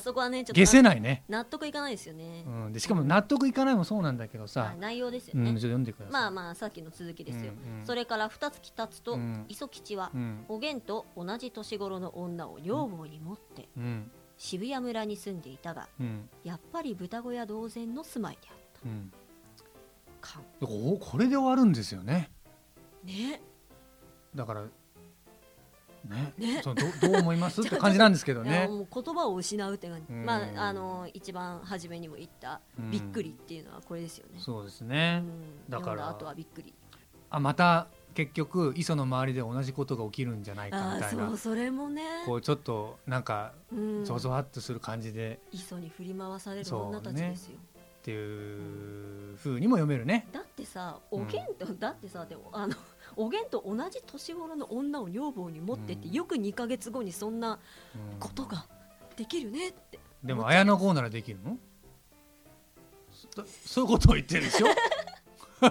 Speaker 8: そこはねちょっと
Speaker 7: 下せないね、
Speaker 8: 納得いかないですよね、
Speaker 7: うん、でしかも納得いかないもそうなんだけど
Speaker 8: ま
Speaker 7: さ
Speaker 8: あ、内容ですよ
Speaker 7: うん、ちょ
Speaker 8: ね
Speaker 7: っと、読んでください。
Speaker 8: まあまあさっきの続きですよ、
Speaker 7: うんうん
Speaker 8: それから二月経つと、
Speaker 7: うん
Speaker 8: 磯吉は、
Speaker 7: うん
Speaker 8: おげんと同じ年頃の女を女房に持って、
Speaker 7: うん
Speaker 8: 渋谷村に住んでいたが
Speaker 7: うん
Speaker 8: やっぱり豚小屋同然の住まいであった
Speaker 7: うん
Speaker 8: か
Speaker 7: おこれで終わるんですよね
Speaker 8: ね
Speaker 7: だからね
Speaker 8: ね
Speaker 7: そのどどう思い ますって感じなんですけど
Speaker 8: いや
Speaker 7: ね
Speaker 8: もう言葉を失うって感じ、
Speaker 7: うん
Speaker 8: まああの一番初めにも言った、
Speaker 7: うん
Speaker 8: びっくりっていうのはこれですよね
Speaker 7: そうですね
Speaker 8: うん
Speaker 7: だから
Speaker 8: 読んだ後はびっくり
Speaker 7: あまた結局磯の周りで同じことが起きるんじゃないか
Speaker 8: あ
Speaker 7: み
Speaker 8: あ
Speaker 7: たい
Speaker 8: ーそ
Speaker 7: な
Speaker 8: うそれもね
Speaker 7: こうちょっとなんか
Speaker 8: うん
Speaker 7: ゾゾワッとする感じで
Speaker 8: 磯に振り回される
Speaker 7: そうね
Speaker 8: 女たちですよ、
Speaker 7: っていう風にも読めるね
Speaker 8: だってさおげんと、だってさでもあのおげんと同じ年頃の女を女房に持ってって、
Speaker 7: うん
Speaker 8: よく2か月後にそんな
Speaker 7: うん
Speaker 8: ことができるねって
Speaker 7: でも綾野剛ならできるのそそういうことを言ってるでしょ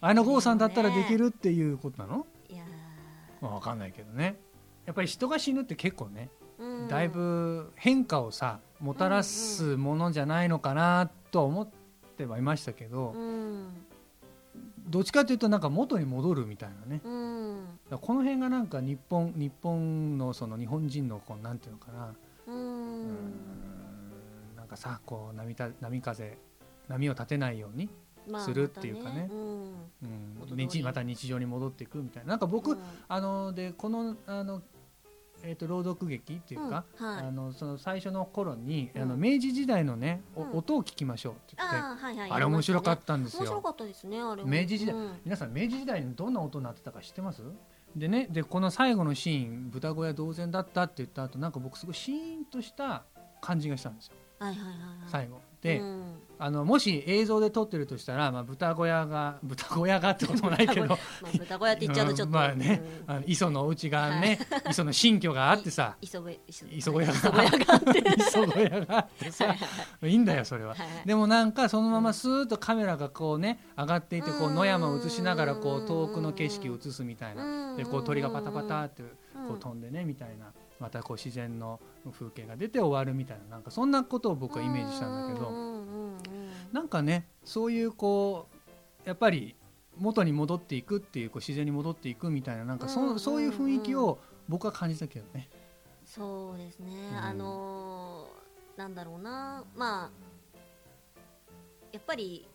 Speaker 7: 綾野剛さんだったらできるっていうことなの、
Speaker 8: いや
Speaker 7: まあ、分かんないけどねやっぱり人が死ぬって結構ね、
Speaker 8: ーうん
Speaker 7: だいぶ変化をさもたらすものじゃないのかなとは思ってはいましたけど、
Speaker 8: うん
Speaker 7: どっちかというとなんか元に戻るみたいなね
Speaker 8: うん
Speaker 7: だからこの辺がなんか日本日本のその日本人のこうなんていうのかな、
Speaker 8: う
Speaker 7: うんんなんかさこう波た波風波を立てないように、
Speaker 8: まあ
Speaker 7: するっていうかね
Speaker 8: またうん
Speaker 7: うん
Speaker 8: 元通り
Speaker 7: 日また日常に戻っていくみたいななんか僕、
Speaker 8: うん
Speaker 7: あのでこのあの、えー、と朗読劇っていうか、
Speaker 8: うんはい
Speaker 7: あのその最初の頃に、
Speaker 8: うん
Speaker 7: あの明治時代のね、お
Speaker 8: うん
Speaker 7: 音を聞きましょうって言って、
Speaker 8: あーはいはい
Speaker 7: あれ面白かったんです
Speaker 8: 面白
Speaker 7: よ。
Speaker 8: かったですねあれ
Speaker 7: 明治時代
Speaker 8: うん
Speaker 7: 皆さん明治時代にどんな音になってたか知ってますでねでこの最後のシーン豚小屋同然だったって言った後なんか僕すごいシーンとした感じがしたんですよ
Speaker 8: はいはいはいはい
Speaker 7: 最後で、
Speaker 8: うん
Speaker 7: あのもし映像で撮ってるとしたら、まあ、豚小屋が豚小屋がってこともないけど
Speaker 8: まあ、豚小屋って言っちゃうとちょっ
Speaker 7: うん
Speaker 8: と、
Speaker 7: まあね
Speaker 8: う
Speaker 7: あ
Speaker 8: ん、
Speaker 7: の磯のお家がね、磯の新居があって さ
Speaker 8: 磯小屋磯
Speaker 7: 磯小屋が
Speaker 8: 磯小屋があ って
Speaker 7: 磯小屋があってさいいんだよそれは。
Speaker 8: はい
Speaker 7: でもなんかそのままスーッとカメラがこうね上がっていてこう
Speaker 8: う
Speaker 7: ん野山を映しながらこう遠くの景色を映すみたいな
Speaker 8: うん
Speaker 7: でこう鳥がパタパタって
Speaker 8: うん
Speaker 7: こう飛んでねみたいなまたこう自然の風景が出て終わるみたいななんかそんなことを僕はイメージしたんだけ
Speaker 8: う
Speaker 7: ど
Speaker 8: んうんうん
Speaker 7: なんかねそういうこうやっぱり元に戻っていくっていうこう自然に戻っていくみたいななんか
Speaker 8: うんう
Speaker 7: そ
Speaker 8: んうん
Speaker 7: そういう雰囲気を僕は感じたけどね。
Speaker 8: そうですね、
Speaker 7: ん
Speaker 8: あのーなんだろうなまあやっぱり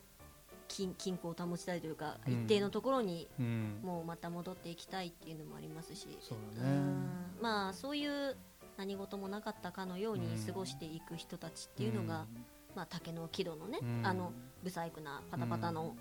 Speaker 8: 均均衡を保ちたいというか、
Speaker 7: うん
Speaker 8: 一定のところに
Speaker 7: うん
Speaker 8: もうまた戻っていきたいっていうのもありますし
Speaker 7: そう
Speaker 8: う
Speaker 7: だね
Speaker 8: んまあそういう何事もなかったかのように
Speaker 7: うん
Speaker 8: 過ごしていく人たちっていうのが、まあ、竹の木戸のね、
Speaker 7: うん
Speaker 8: あの不細工なパタパタの、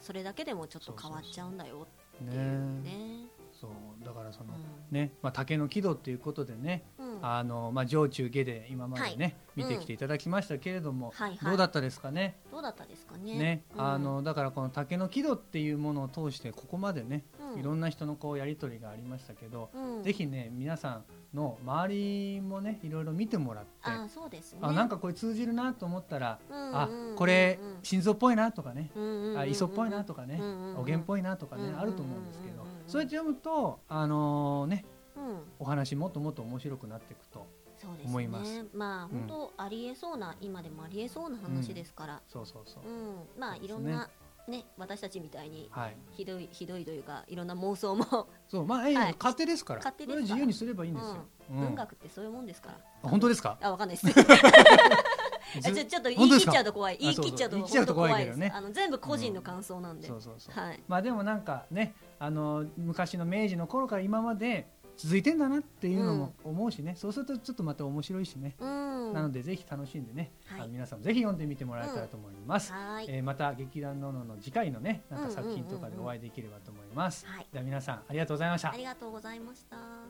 Speaker 8: それだけでもちょっと変わっちゃうんだよっていう
Speaker 7: ね
Speaker 8: ね。
Speaker 7: そうだからその
Speaker 8: うん
Speaker 7: ねまあ、竹の木戸っていうことでね、
Speaker 8: うん
Speaker 7: あのまあ、上中下で今までね、見
Speaker 8: い
Speaker 7: てきていただきましたけれども、
Speaker 8: はいはい
Speaker 7: どうだったですかね
Speaker 8: どうだったですか
Speaker 7: ね
Speaker 8: ね。うん
Speaker 7: あ、のだからこの竹の木戸っていうものを通してここまでね、
Speaker 8: うん
Speaker 7: いろんな人のこうやり取りがありましたけど、
Speaker 8: うん
Speaker 7: ぜひね皆さんの周りもねいろいろ見てもらって
Speaker 8: あーそうですね。
Speaker 7: あなんかこれ通じるなと思ったら、
Speaker 8: うん
Speaker 7: あ
Speaker 8: うんうん
Speaker 7: これ心臓っぽいなとかね、
Speaker 8: うんうんうん
Speaker 7: あ磯っぽいなとかね、
Speaker 8: うんうんうん
Speaker 7: おげんっぽいなとかね、
Speaker 8: うんうんうん
Speaker 7: あると思うんですけど、
Speaker 8: うんうんうん
Speaker 7: そうやって読むとあのーね
Speaker 8: うん
Speaker 7: お話もっともっと面白くなっていくと
Speaker 8: そうです
Speaker 7: 思います
Speaker 8: ねまあ
Speaker 7: うん
Speaker 8: 本当ありえそうな、今でもありえそうな話ですから、
Speaker 7: そうそうそう
Speaker 8: う、んまあ
Speaker 7: そうで
Speaker 8: い
Speaker 7: す
Speaker 8: ろ
Speaker 7: ね
Speaker 8: んなね私たちみたいに
Speaker 7: はい
Speaker 8: ひどいひどいというかいろんな妄想も、
Speaker 7: そうまあ、ええ
Speaker 8: はい
Speaker 7: 勝手ですから
Speaker 8: 勝手です
Speaker 7: それは
Speaker 8: から
Speaker 7: 自由にすればいいんですよ、うん
Speaker 8: 文学ってそういうもんですから
Speaker 7: あ本当です か
Speaker 8: あわかんないですあちょ
Speaker 7: ず
Speaker 8: ちょっと言
Speaker 7: 本
Speaker 8: い
Speaker 7: 当です
Speaker 8: 切
Speaker 7: か
Speaker 8: っちゃうと怖い言い切っちゃうと
Speaker 7: あそうそう言っちゃうと怖い
Speaker 8: 本当
Speaker 7: けどね
Speaker 8: ですあの全部個人の感想なんで、
Speaker 7: そうそうそう、
Speaker 8: はい
Speaker 7: まあでもなんかねあの昔の明治の頃から今まで続いてんだなっていうのも思うしね、そうするとちょっとまた面白いしね、
Speaker 8: うん
Speaker 7: なのでぜひ楽しんでね、
Speaker 8: はい
Speaker 7: あの皆さんもぜひ読んでみてもらえたらと思います、
Speaker 8: はーい、
Speaker 7: えーまた劇団ののの次回のねなんか作品とか
Speaker 8: うんうん
Speaker 7: で
Speaker 8: うんうん
Speaker 7: お会いできればと思います、
Speaker 8: はい
Speaker 7: では皆さんありがとうございました
Speaker 8: ありがとうございました